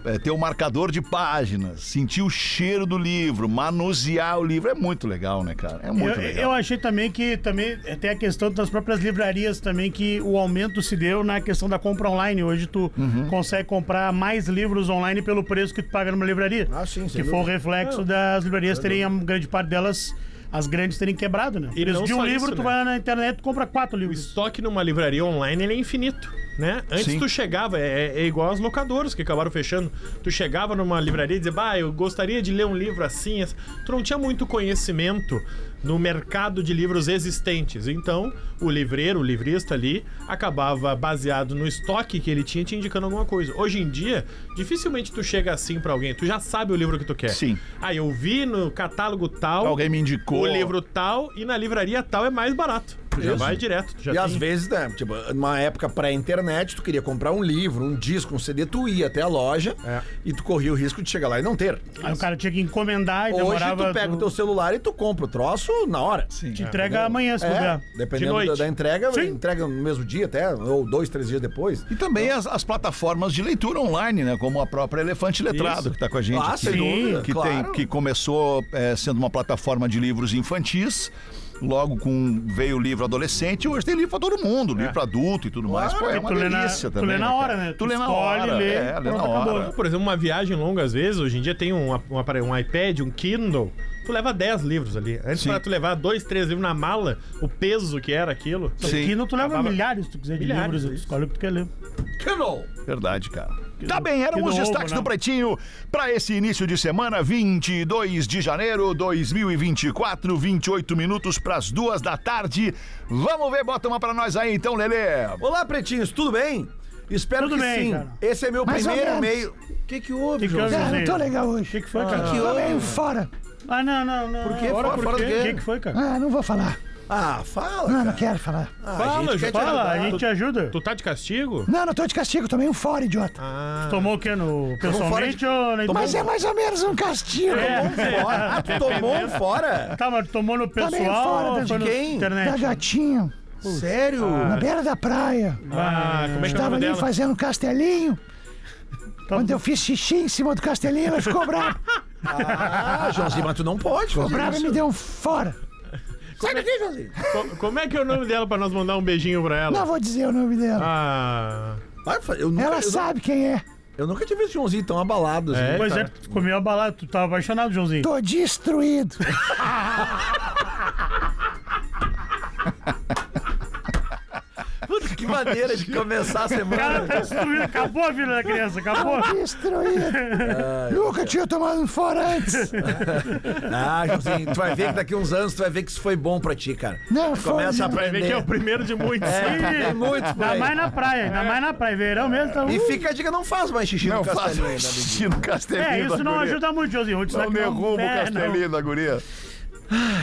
[SPEAKER 4] é- é ter o marcador de páginas, sentir o cheiro do livro, manusear o livro, é muito legal, né, cara? É muito
[SPEAKER 6] Eu,
[SPEAKER 4] legal.
[SPEAKER 6] eu achei também que também eh, tem a questão das próprias livrarias também, que o aumento se deu na questão da compra online. Hoje tu
[SPEAKER 5] Uhum.
[SPEAKER 6] consegue comprar mais livros online pelo preço que tu paga numa livraria.
[SPEAKER 5] Ah, sim, sem
[SPEAKER 6] Que foi o reflexo das livrarias terem, a grande parte delas, as grandes terem quebrado, né?
[SPEAKER 8] E
[SPEAKER 6] Eles
[SPEAKER 8] não
[SPEAKER 6] de um
[SPEAKER 8] só
[SPEAKER 6] livro,
[SPEAKER 8] isso,
[SPEAKER 6] tu
[SPEAKER 8] né?
[SPEAKER 6] vai lá na internet e compra quatro
[SPEAKER 8] O
[SPEAKER 6] livros.
[SPEAKER 8] estoque numa livraria online ele é infinito, né? Antes
[SPEAKER 4] Sim.
[SPEAKER 8] tu chegava, é, é igual aos locadores que acabaram fechando. Tu chegava numa livraria e dizia, bah, eu gostaria de ler um livro assim. assim." Tu não tinha muito conhecimento no mercado de livros existentes. Então, o livreiro, o livrista ali, acabava baseado no estoque que ele tinha te indicando alguma coisa. Hoje em dia, dificilmente tu chega assim pra alguém, tu já sabe o livro que tu quer.
[SPEAKER 4] Sim.
[SPEAKER 8] Ah, eu vi no catálogo tal.
[SPEAKER 4] Alguém me indicou.
[SPEAKER 8] O livro tal e na livraria tal é mais barato. Tu já
[SPEAKER 5] Isso.
[SPEAKER 8] vai direto. Tu já
[SPEAKER 5] E
[SPEAKER 8] tem...
[SPEAKER 5] às vezes, né? Tipo, numa época pré-internet, tu queria comprar um livro, um disco, um CD, tu ia até a loja e tu corria o risco de chegar lá e não ter.
[SPEAKER 6] Aí o cara tinha que encomendar e
[SPEAKER 5] Hoje
[SPEAKER 6] demorava.
[SPEAKER 5] tu pega o teu celular e tu compra o troço na hora. Sim.
[SPEAKER 6] Te entrega amanhã, se
[SPEAKER 5] É,
[SPEAKER 6] bobear.
[SPEAKER 5] dependendo
[SPEAKER 8] De
[SPEAKER 5] da,
[SPEAKER 8] noite.
[SPEAKER 5] da entrega,
[SPEAKER 6] Sim.
[SPEAKER 5] entrega no mesmo dia até, ou dois, três dias depois.
[SPEAKER 4] E também as, as plataformas de leitura online, né? Como a própria Elefante Letrado, que está com a gente
[SPEAKER 5] Ah,
[SPEAKER 4] aqui.
[SPEAKER 5] sem dúvida,
[SPEAKER 4] que,
[SPEAKER 5] claro.
[SPEAKER 4] tem, que começou eh, sendo uma plataforma de livros infantis. Logo com veio o livro adolescente, hoje tem livro pra todo mundo, livro pra adulto e tudo mais. Pô, é
[SPEAKER 6] porque
[SPEAKER 4] uma
[SPEAKER 6] tu lê na-
[SPEAKER 4] delícia
[SPEAKER 6] tu
[SPEAKER 4] também.
[SPEAKER 6] lê na
[SPEAKER 4] cara?
[SPEAKER 6] hora, né?
[SPEAKER 4] Tu
[SPEAKER 6] Tu
[SPEAKER 4] lê na
[SPEAKER 6] escolhe,
[SPEAKER 4] hora.
[SPEAKER 6] lê,
[SPEAKER 4] é, lê na
[SPEAKER 6] pronto,
[SPEAKER 4] hora.
[SPEAKER 6] acabou.
[SPEAKER 8] Por exemplo, uma viagem longa, às vezes, hoje em dia tem um, um aparelho, um iPad, um Kindle. Tu leva 10 livros ali. Antes
[SPEAKER 4] Sim.
[SPEAKER 8] pra tu levar dois, três livros na mala, o peso que era aquilo.
[SPEAKER 4] Sim.
[SPEAKER 6] Aqui não tu leva
[SPEAKER 8] Acabava-
[SPEAKER 6] milhares, se tu quiser, de
[SPEAKER 8] Milhares,
[SPEAKER 6] livros.
[SPEAKER 8] é
[SPEAKER 6] Tu
[SPEAKER 8] isso.
[SPEAKER 6] escolhe o que tu quer ler.
[SPEAKER 4] Verdade, cara. Tá bem, eram
[SPEAKER 6] que
[SPEAKER 4] os
[SPEAKER 6] do ovo,
[SPEAKER 4] destaques
[SPEAKER 6] né?
[SPEAKER 4] do Pretinho para esse início de semana, 22 de janeiro 2024, 28 minutos para as duas da tarde. Vamos ver, bota uma para nós aí então, Lelê.
[SPEAKER 6] É
[SPEAKER 5] Olá, pretinhos, tudo bem? Espero
[SPEAKER 6] Tudo
[SPEAKER 5] que
[SPEAKER 6] bem,
[SPEAKER 5] sim.
[SPEAKER 6] cara.
[SPEAKER 5] Esse é meu primeiro
[SPEAKER 9] ou menos.
[SPEAKER 5] e-mail. O que, que houve,
[SPEAKER 6] Que que
[SPEAKER 5] José?
[SPEAKER 9] Ah, não tô legal hoje.
[SPEAKER 6] O que, que foi, cara?
[SPEAKER 5] Que
[SPEAKER 9] Tô meio
[SPEAKER 5] houve?
[SPEAKER 9] fora.
[SPEAKER 6] Ah, não, não, não.
[SPEAKER 5] Por quê?
[SPEAKER 6] Ora,
[SPEAKER 5] Fora- fora do
[SPEAKER 6] O
[SPEAKER 5] quê?
[SPEAKER 6] que, que foi, cara?
[SPEAKER 9] Ah, não vou falar.
[SPEAKER 5] Ah, fala.
[SPEAKER 9] Ah,
[SPEAKER 5] cara.
[SPEAKER 9] não quero falar.
[SPEAKER 5] Ah,
[SPEAKER 8] Fala,
[SPEAKER 5] gente,
[SPEAKER 8] Ju,
[SPEAKER 5] quer te
[SPEAKER 6] Fala,
[SPEAKER 5] ajudar.
[SPEAKER 6] a gente te ajuda.
[SPEAKER 8] Tu tá de castigo?
[SPEAKER 9] Não, não tô de castigo, tomei um fora, idiota.
[SPEAKER 8] Ah.
[SPEAKER 6] Tomou o quê? No... Pessoalmente
[SPEAKER 5] de-
[SPEAKER 6] ou na
[SPEAKER 9] Mas é mais ou menos um castigo.
[SPEAKER 6] É.
[SPEAKER 5] Fora. Ah, tu tomou um fora?
[SPEAKER 6] Tá, mas tu tomou no
[SPEAKER 9] meio
[SPEAKER 6] pessoal
[SPEAKER 9] fora
[SPEAKER 6] ou
[SPEAKER 9] de
[SPEAKER 6] foi no
[SPEAKER 5] quem?
[SPEAKER 9] Da
[SPEAKER 6] internet?
[SPEAKER 9] gatinha,
[SPEAKER 5] Sério?
[SPEAKER 9] na beira da praia.
[SPEAKER 8] Ah, como é que é o
[SPEAKER 9] Tava
[SPEAKER 8] nome
[SPEAKER 9] ali
[SPEAKER 8] dela?
[SPEAKER 9] fazendo um castelinho.
[SPEAKER 6] Tá
[SPEAKER 9] Quando eu fiz xixi em cima do castelinho, ela ficou brava.
[SPEAKER 5] Ah, Joãozinho, mas tu não pode
[SPEAKER 9] Ficou
[SPEAKER 5] fazer
[SPEAKER 9] brava e
[SPEAKER 5] isso.
[SPEAKER 9] me deu um fora.
[SPEAKER 5] Sai daqui, Joãozinho.
[SPEAKER 8] Co- Como é que é o nome dela pra nós mandar um beijinho pra ela?
[SPEAKER 9] Não vou dizer o nome dela.
[SPEAKER 8] Ah.
[SPEAKER 5] Vai, fa- eu nunca,
[SPEAKER 9] Ela
[SPEAKER 5] eu, nu-
[SPEAKER 9] sabe quem é.
[SPEAKER 5] eu nunca tive visto o Joãozinho tão abalado. assim.
[SPEAKER 8] É,
[SPEAKER 6] Pois é,
[SPEAKER 8] cara.
[SPEAKER 6] tu comeu a balada, tu tá apaixonado, Joãozinho.
[SPEAKER 9] Tô destruído.
[SPEAKER 8] tá.
[SPEAKER 5] Puta, que maneira de começar a
[SPEAKER 6] Cara, tá
[SPEAKER 5] semana.
[SPEAKER 6] destruindo, acabou a vida da criança, acabou.
[SPEAKER 9] Tô destruído. Nunca tinha tomado um fora antes.
[SPEAKER 5] Ah, Joãozinho, tu vai ver que daqui uns anos tu vai ver que isso foi bom pra ti, cara.
[SPEAKER 9] Não,
[SPEAKER 5] Tu
[SPEAKER 9] foi.
[SPEAKER 5] começa a
[SPEAKER 9] não.
[SPEAKER 8] Vai ver que é o
[SPEAKER 5] aprender.
[SPEAKER 8] primeiro de muitos.
[SPEAKER 5] É, tem muitos por
[SPEAKER 6] Ainda
[SPEAKER 5] aí.
[SPEAKER 6] mais na praia, ainda mais na praia. Verão mesmo, tá...
[SPEAKER 5] E fica a dica, não faz mais xixi
[SPEAKER 4] Não
[SPEAKER 5] no
[SPEAKER 4] faz
[SPEAKER 5] castelinho, né,
[SPEAKER 4] xixi no Castelino.
[SPEAKER 6] É, isso
[SPEAKER 4] da
[SPEAKER 6] não
[SPEAKER 4] guria.
[SPEAKER 6] ajuda muito, Joãozinho. Vou te dar
[SPEAKER 4] Não
[SPEAKER 6] que não-
[SPEAKER 4] derruba o
[SPEAKER 6] É,
[SPEAKER 4] Castelino da guria.
[SPEAKER 5] Bibi?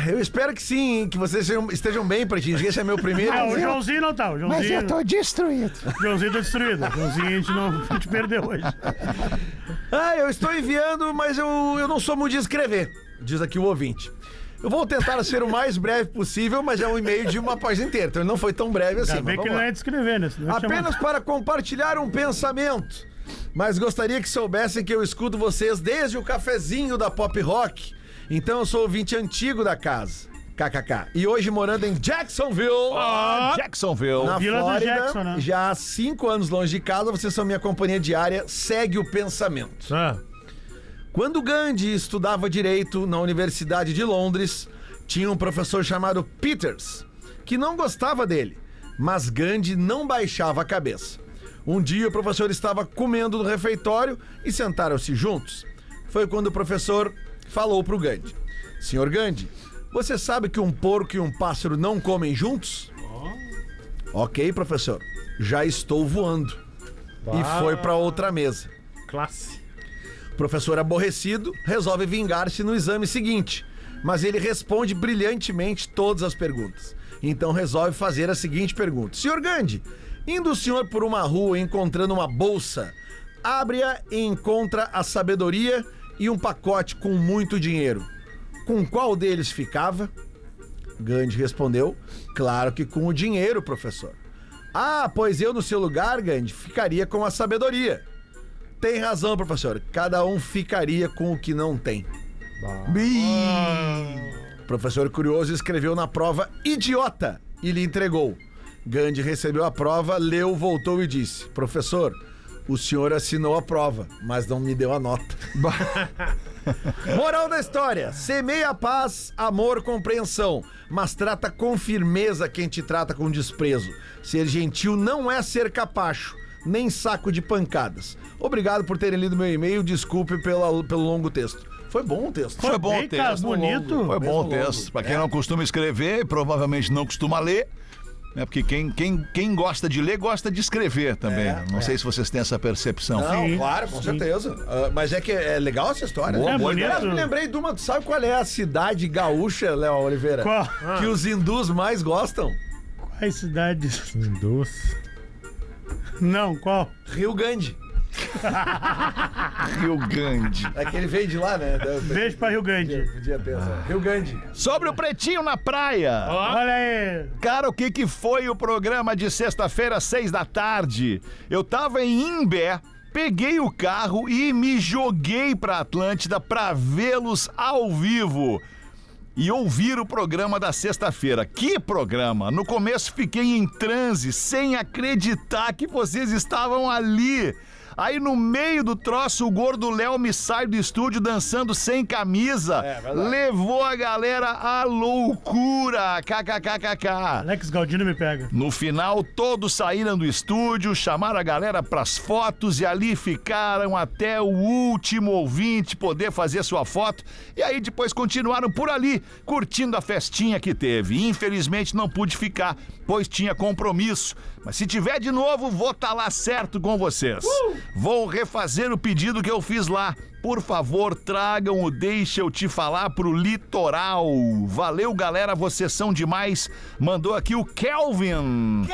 [SPEAKER 5] Eu espero que sim, hein, que vocês sejam- estejam bem, Pretinho. Esse é meu primeiro.
[SPEAKER 8] Ah,
[SPEAKER 6] não. É, o Joãozinho não tá. O
[SPEAKER 9] Mas
[SPEAKER 6] Joãozinho,
[SPEAKER 9] eu tô destruído.
[SPEAKER 6] Joãozinho tá destruído. O Joãozinho a gente não a gente perdeu hoje.
[SPEAKER 4] Tá
[SPEAKER 5] Ah, eu estou enviando, mas eu, eu não sou muito de escrever, diz aqui o ouvinte. Eu vou tentar ser o mais breve possível, mas é um e-mail de uma página inteira, então ele não foi tão breve assim.
[SPEAKER 6] Ainda
[SPEAKER 5] mas
[SPEAKER 6] bem que
[SPEAKER 5] vamos
[SPEAKER 6] ele não
[SPEAKER 5] lá.
[SPEAKER 6] é de escrever, né? Senão eu te
[SPEAKER 5] Apenas
[SPEAKER 6] chamava.
[SPEAKER 5] para compartilhar um pensamento. Mas gostaria que soubessem que eu escuto vocês desde o cafezinho da pop rock. Então eu sou ouvinte antigo da casa. KKK. E hoje morando em Jacksonville.
[SPEAKER 4] Jacksonville.
[SPEAKER 5] Na
[SPEAKER 6] Ah, Vila do
[SPEAKER 5] Flórida,
[SPEAKER 6] Jackson, né?
[SPEAKER 5] já há cinco anos longe de casa, vocês são minha companhia diária. Segue o pensamento.
[SPEAKER 8] Ah.
[SPEAKER 5] Quando Gandhi estudava direito na Universidade de Londres, tinha um professor chamado Peters, que não gostava dele, mas Gandhi não baixava a cabeça. Um dia o professor estava comendo no refeitório e sentaram-se juntos. Foi quando o professor falou para o Gandhi: Senhor Gandhi, você sabe que um porco e um pássaro não comem juntos? Ok, professor, já estou voando. E foi para outra mesa.
[SPEAKER 8] Classe.
[SPEAKER 5] O professor aborrecido resolve vingar-se no exame seguinte, mas ele responde brilhantemente todas as perguntas. Então resolve fazer a seguinte pergunta: Senhor Gandhi, indo o senhor por uma rua e encontrando uma bolsa, abre-a e encontra a sabedoria e um pacote com muito dinheiro. Com qual deles ficava? Gandhi respondeu: Claro que com o dinheiro, professor. Ah, pois eu no seu lugar, Gandhi, ficaria com a sabedoria. Tem razão, professor. Cada um ficaria com o que não tem. O Professor Curioso escreveu na prova idiota e lhe entregou. Gandhi recebeu a prova, leu, voltou e disse: Professor, O senhor assinou a prova, mas não me deu a nota. Moral da história: semeia paz, amor, compreensão, mas trata com firmeza quem te trata com desprezo. Ser gentil não é ser capacho, nem saco de pancadas. Obrigado por terem lido meu e-mail, desculpe pela- pelo longo texto. Foi bom o texto.
[SPEAKER 4] Foi bom o
[SPEAKER 6] Bem, cara,
[SPEAKER 4] texto.
[SPEAKER 6] bonito.
[SPEAKER 4] Foi bom o
[SPEAKER 5] Mesmo
[SPEAKER 4] texto.
[SPEAKER 5] longo.
[SPEAKER 4] Pra quem
[SPEAKER 6] É.
[SPEAKER 4] não costuma escrever, provavelmente não costuma ler. Né? Porque quem, quem, quem gosta de ler gosta de escrever também.
[SPEAKER 6] É,
[SPEAKER 4] não sei se vocês têm essa percepção.
[SPEAKER 5] Não,
[SPEAKER 6] Sim,
[SPEAKER 5] claro, com
[SPEAKER 6] sim.
[SPEAKER 5] certeza. Ah, mas é que é legal essa história.
[SPEAKER 4] Boa,
[SPEAKER 5] né?
[SPEAKER 4] É boa
[SPEAKER 6] bonito.
[SPEAKER 5] Aliás,
[SPEAKER 6] ideia.
[SPEAKER 5] me lembrei de uma. Tu sabe qual é a cidade gaúcha, Léo Oliveira?
[SPEAKER 6] Qual?
[SPEAKER 5] Que os hindus mais gostam?
[SPEAKER 6] Quais cidades?
[SPEAKER 8] Doce.
[SPEAKER 6] Não, qual?
[SPEAKER 5] Rio Grande.
[SPEAKER 4] Rio Grande.
[SPEAKER 5] É que ele veio de lá, né? Deve-
[SPEAKER 6] Beijo pra Rio Grande.
[SPEAKER 5] Podia ter essa. Rio Grande.
[SPEAKER 4] Sobre o Pretinho na Praia.
[SPEAKER 6] Olha aí.
[SPEAKER 4] Cara, o que, que foi o programa de sexta-feira, seis da tarde? Eu tava em Imbé, peguei o carro e me joguei pra Atlântida pra vê-los ao vivo. E ouvir o programa da sexta-feira. Que programa! No começo fiquei em transe, sem acreditar que vocês estavam ali. Aí no meio do troço, o gordo Léo me sai do estúdio dançando sem camisa. levou a galera à loucura. KKKKK.
[SPEAKER 6] Alex Galdino me pega.
[SPEAKER 4] No final, todos saíram do estúdio, chamaram a galera pras fotos e ali ficaram até o último ouvinte poder fazer sua foto. E aí depois continuaram por ali, curtindo a festinha que teve. Infelizmente não pude ficar, pois tinha compromisso. Mas se tiver de novo, vou estar lá certo com vocês. Vou refazer o pedido que eu fiz lá. Por favor, tragam o Deixa Eu Te Falar pro litoral. Valeu, galera, vocês são demais. Mandou aqui o Kelvin.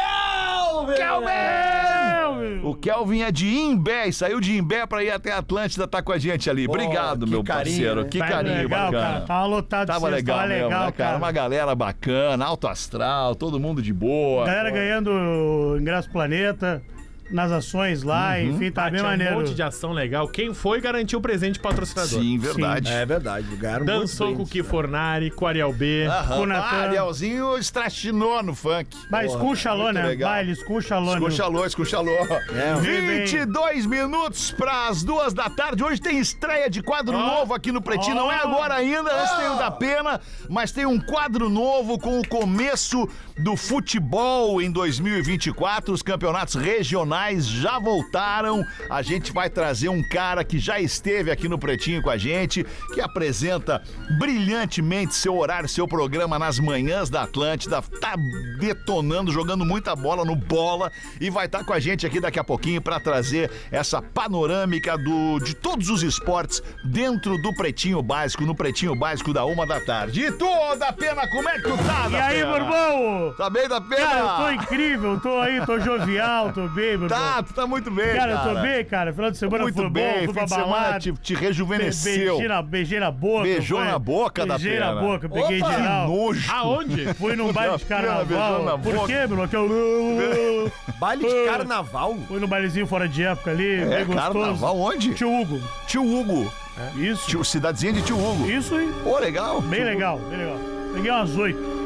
[SPEAKER 4] Kelvin! O Kelvin é de Imbé e saiu de Imbé pra ir até Atlântida, tá com a gente ali. Obrigado,
[SPEAKER 5] que
[SPEAKER 4] meu
[SPEAKER 5] carinho,
[SPEAKER 4] parceiro.
[SPEAKER 5] né?
[SPEAKER 4] Que
[SPEAKER 6] Tá
[SPEAKER 4] carinho
[SPEAKER 6] legal,
[SPEAKER 4] bacana.
[SPEAKER 6] cara. Tava lotado
[SPEAKER 4] Tava
[SPEAKER 6] sexta,
[SPEAKER 4] legal,
[SPEAKER 6] tava
[SPEAKER 4] mesmo,
[SPEAKER 6] legal,
[SPEAKER 4] né, cara?
[SPEAKER 6] cara.
[SPEAKER 4] Uma galera bacana, alto astral, todo mundo de boa.
[SPEAKER 6] Galera ganhando ingresso planeta nas ações lá,
[SPEAKER 4] Uhum.
[SPEAKER 6] enfim, tá bem
[SPEAKER 8] Tinha
[SPEAKER 6] maneiro.
[SPEAKER 8] um monte de ação legal. Quem foi garantiu o presente pro patrocinador.
[SPEAKER 4] Sim, verdade.
[SPEAKER 5] É verdade, lugar
[SPEAKER 8] Dançou com o Ki Fornari, com o Ariel B.
[SPEAKER 4] Aham.
[SPEAKER 6] com o Natan.
[SPEAKER 4] Ah, Arielzinho estrachinou no funk.
[SPEAKER 6] Mas com o Chalô,
[SPEAKER 4] muito
[SPEAKER 6] né?
[SPEAKER 4] legal.
[SPEAKER 6] Baile, com o Chalô, né?
[SPEAKER 4] Escuchalô, escuchalô.
[SPEAKER 5] É,
[SPEAKER 4] 22 minutos para as duas da tarde. Hoje tem estreia de quadro novo aqui no Pretinho. Não é agora ainda, antes tem o da pena, mas tem um quadro novo com o começo do futebol em 2024. Os campeonatos regionais já voltaram. A gente vai trazer um cara que já esteve aqui no Pretinho com a gente, que apresenta brilhantemente seu horário, seu programa nas manhãs da Atlântida. Tá detonando, jogando muita bola no bola e vai estar com a gente aqui daqui a pouquinho para trazer essa panorâmica do, de todos os esportes dentro do Pretinho Básico, no Pretinho Básico da uma da tarde. E tu, ô, da pena, como é que tu tá,
[SPEAKER 6] E
[SPEAKER 4] da
[SPEAKER 6] aí,
[SPEAKER 4] Pena?
[SPEAKER 6] Bourbon?
[SPEAKER 4] Tá bem, da pena?
[SPEAKER 6] Cara, eu tô incrível, tô aí, tô jovial, tô bem, Bourbon.
[SPEAKER 4] Tá, tu tá muito bem,
[SPEAKER 6] Cara,
[SPEAKER 4] cara.
[SPEAKER 6] eu tô bem, cara. Final de semana
[SPEAKER 4] Muito
[SPEAKER 6] foi
[SPEAKER 4] bem,
[SPEAKER 6] bom,
[SPEAKER 4] fim
[SPEAKER 6] fui pra
[SPEAKER 4] de semana
[SPEAKER 6] balada.
[SPEAKER 4] te, te
[SPEAKER 6] Be-
[SPEAKER 4] rejuvenesceu.
[SPEAKER 6] Beijei na, beijei na boca.
[SPEAKER 4] Beijou na boca da
[SPEAKER 6] Beijei na
[SPEAKER 4] pena.
[SPEAKER 6] boca, peguei
[SPEAKER 5] Opa!
[SPEAKER 6] geral.
[SPEAKER 4] Nojo.
[SPEAKER 8] Aonde?
[SPEAKER 6] Fui num baile de
[SPEAKER 4] Da pena, beijou na
[SPEAKER 6] carnaval. Por
[SPEAKER 4] boca.
[SPEAKER 6] quê, Bruno? Que eu...
[SPEAKER 5] Baile de carnaval?
[SPEAKER 6] Fui num bailezinho fora de época ali,
[SPEAKER 4] É,
[SPEAKER 6] bem gostoso.
[SPEAKER 4] carnaval onde?
[SPEAKER 6] Tio Hugo.
[SPEAKER 4] Tio Hugo.
[SPEAKER 6] Isso.
[SPEAKER 4] Tio, cidadezinha de Tio Hugo.
[SPEAKER 6] Isso, hein?
[SPEAKER 4] Pô, legal.
[SPEAKER 6] Bem legal, bem legal. Peguei umas oito.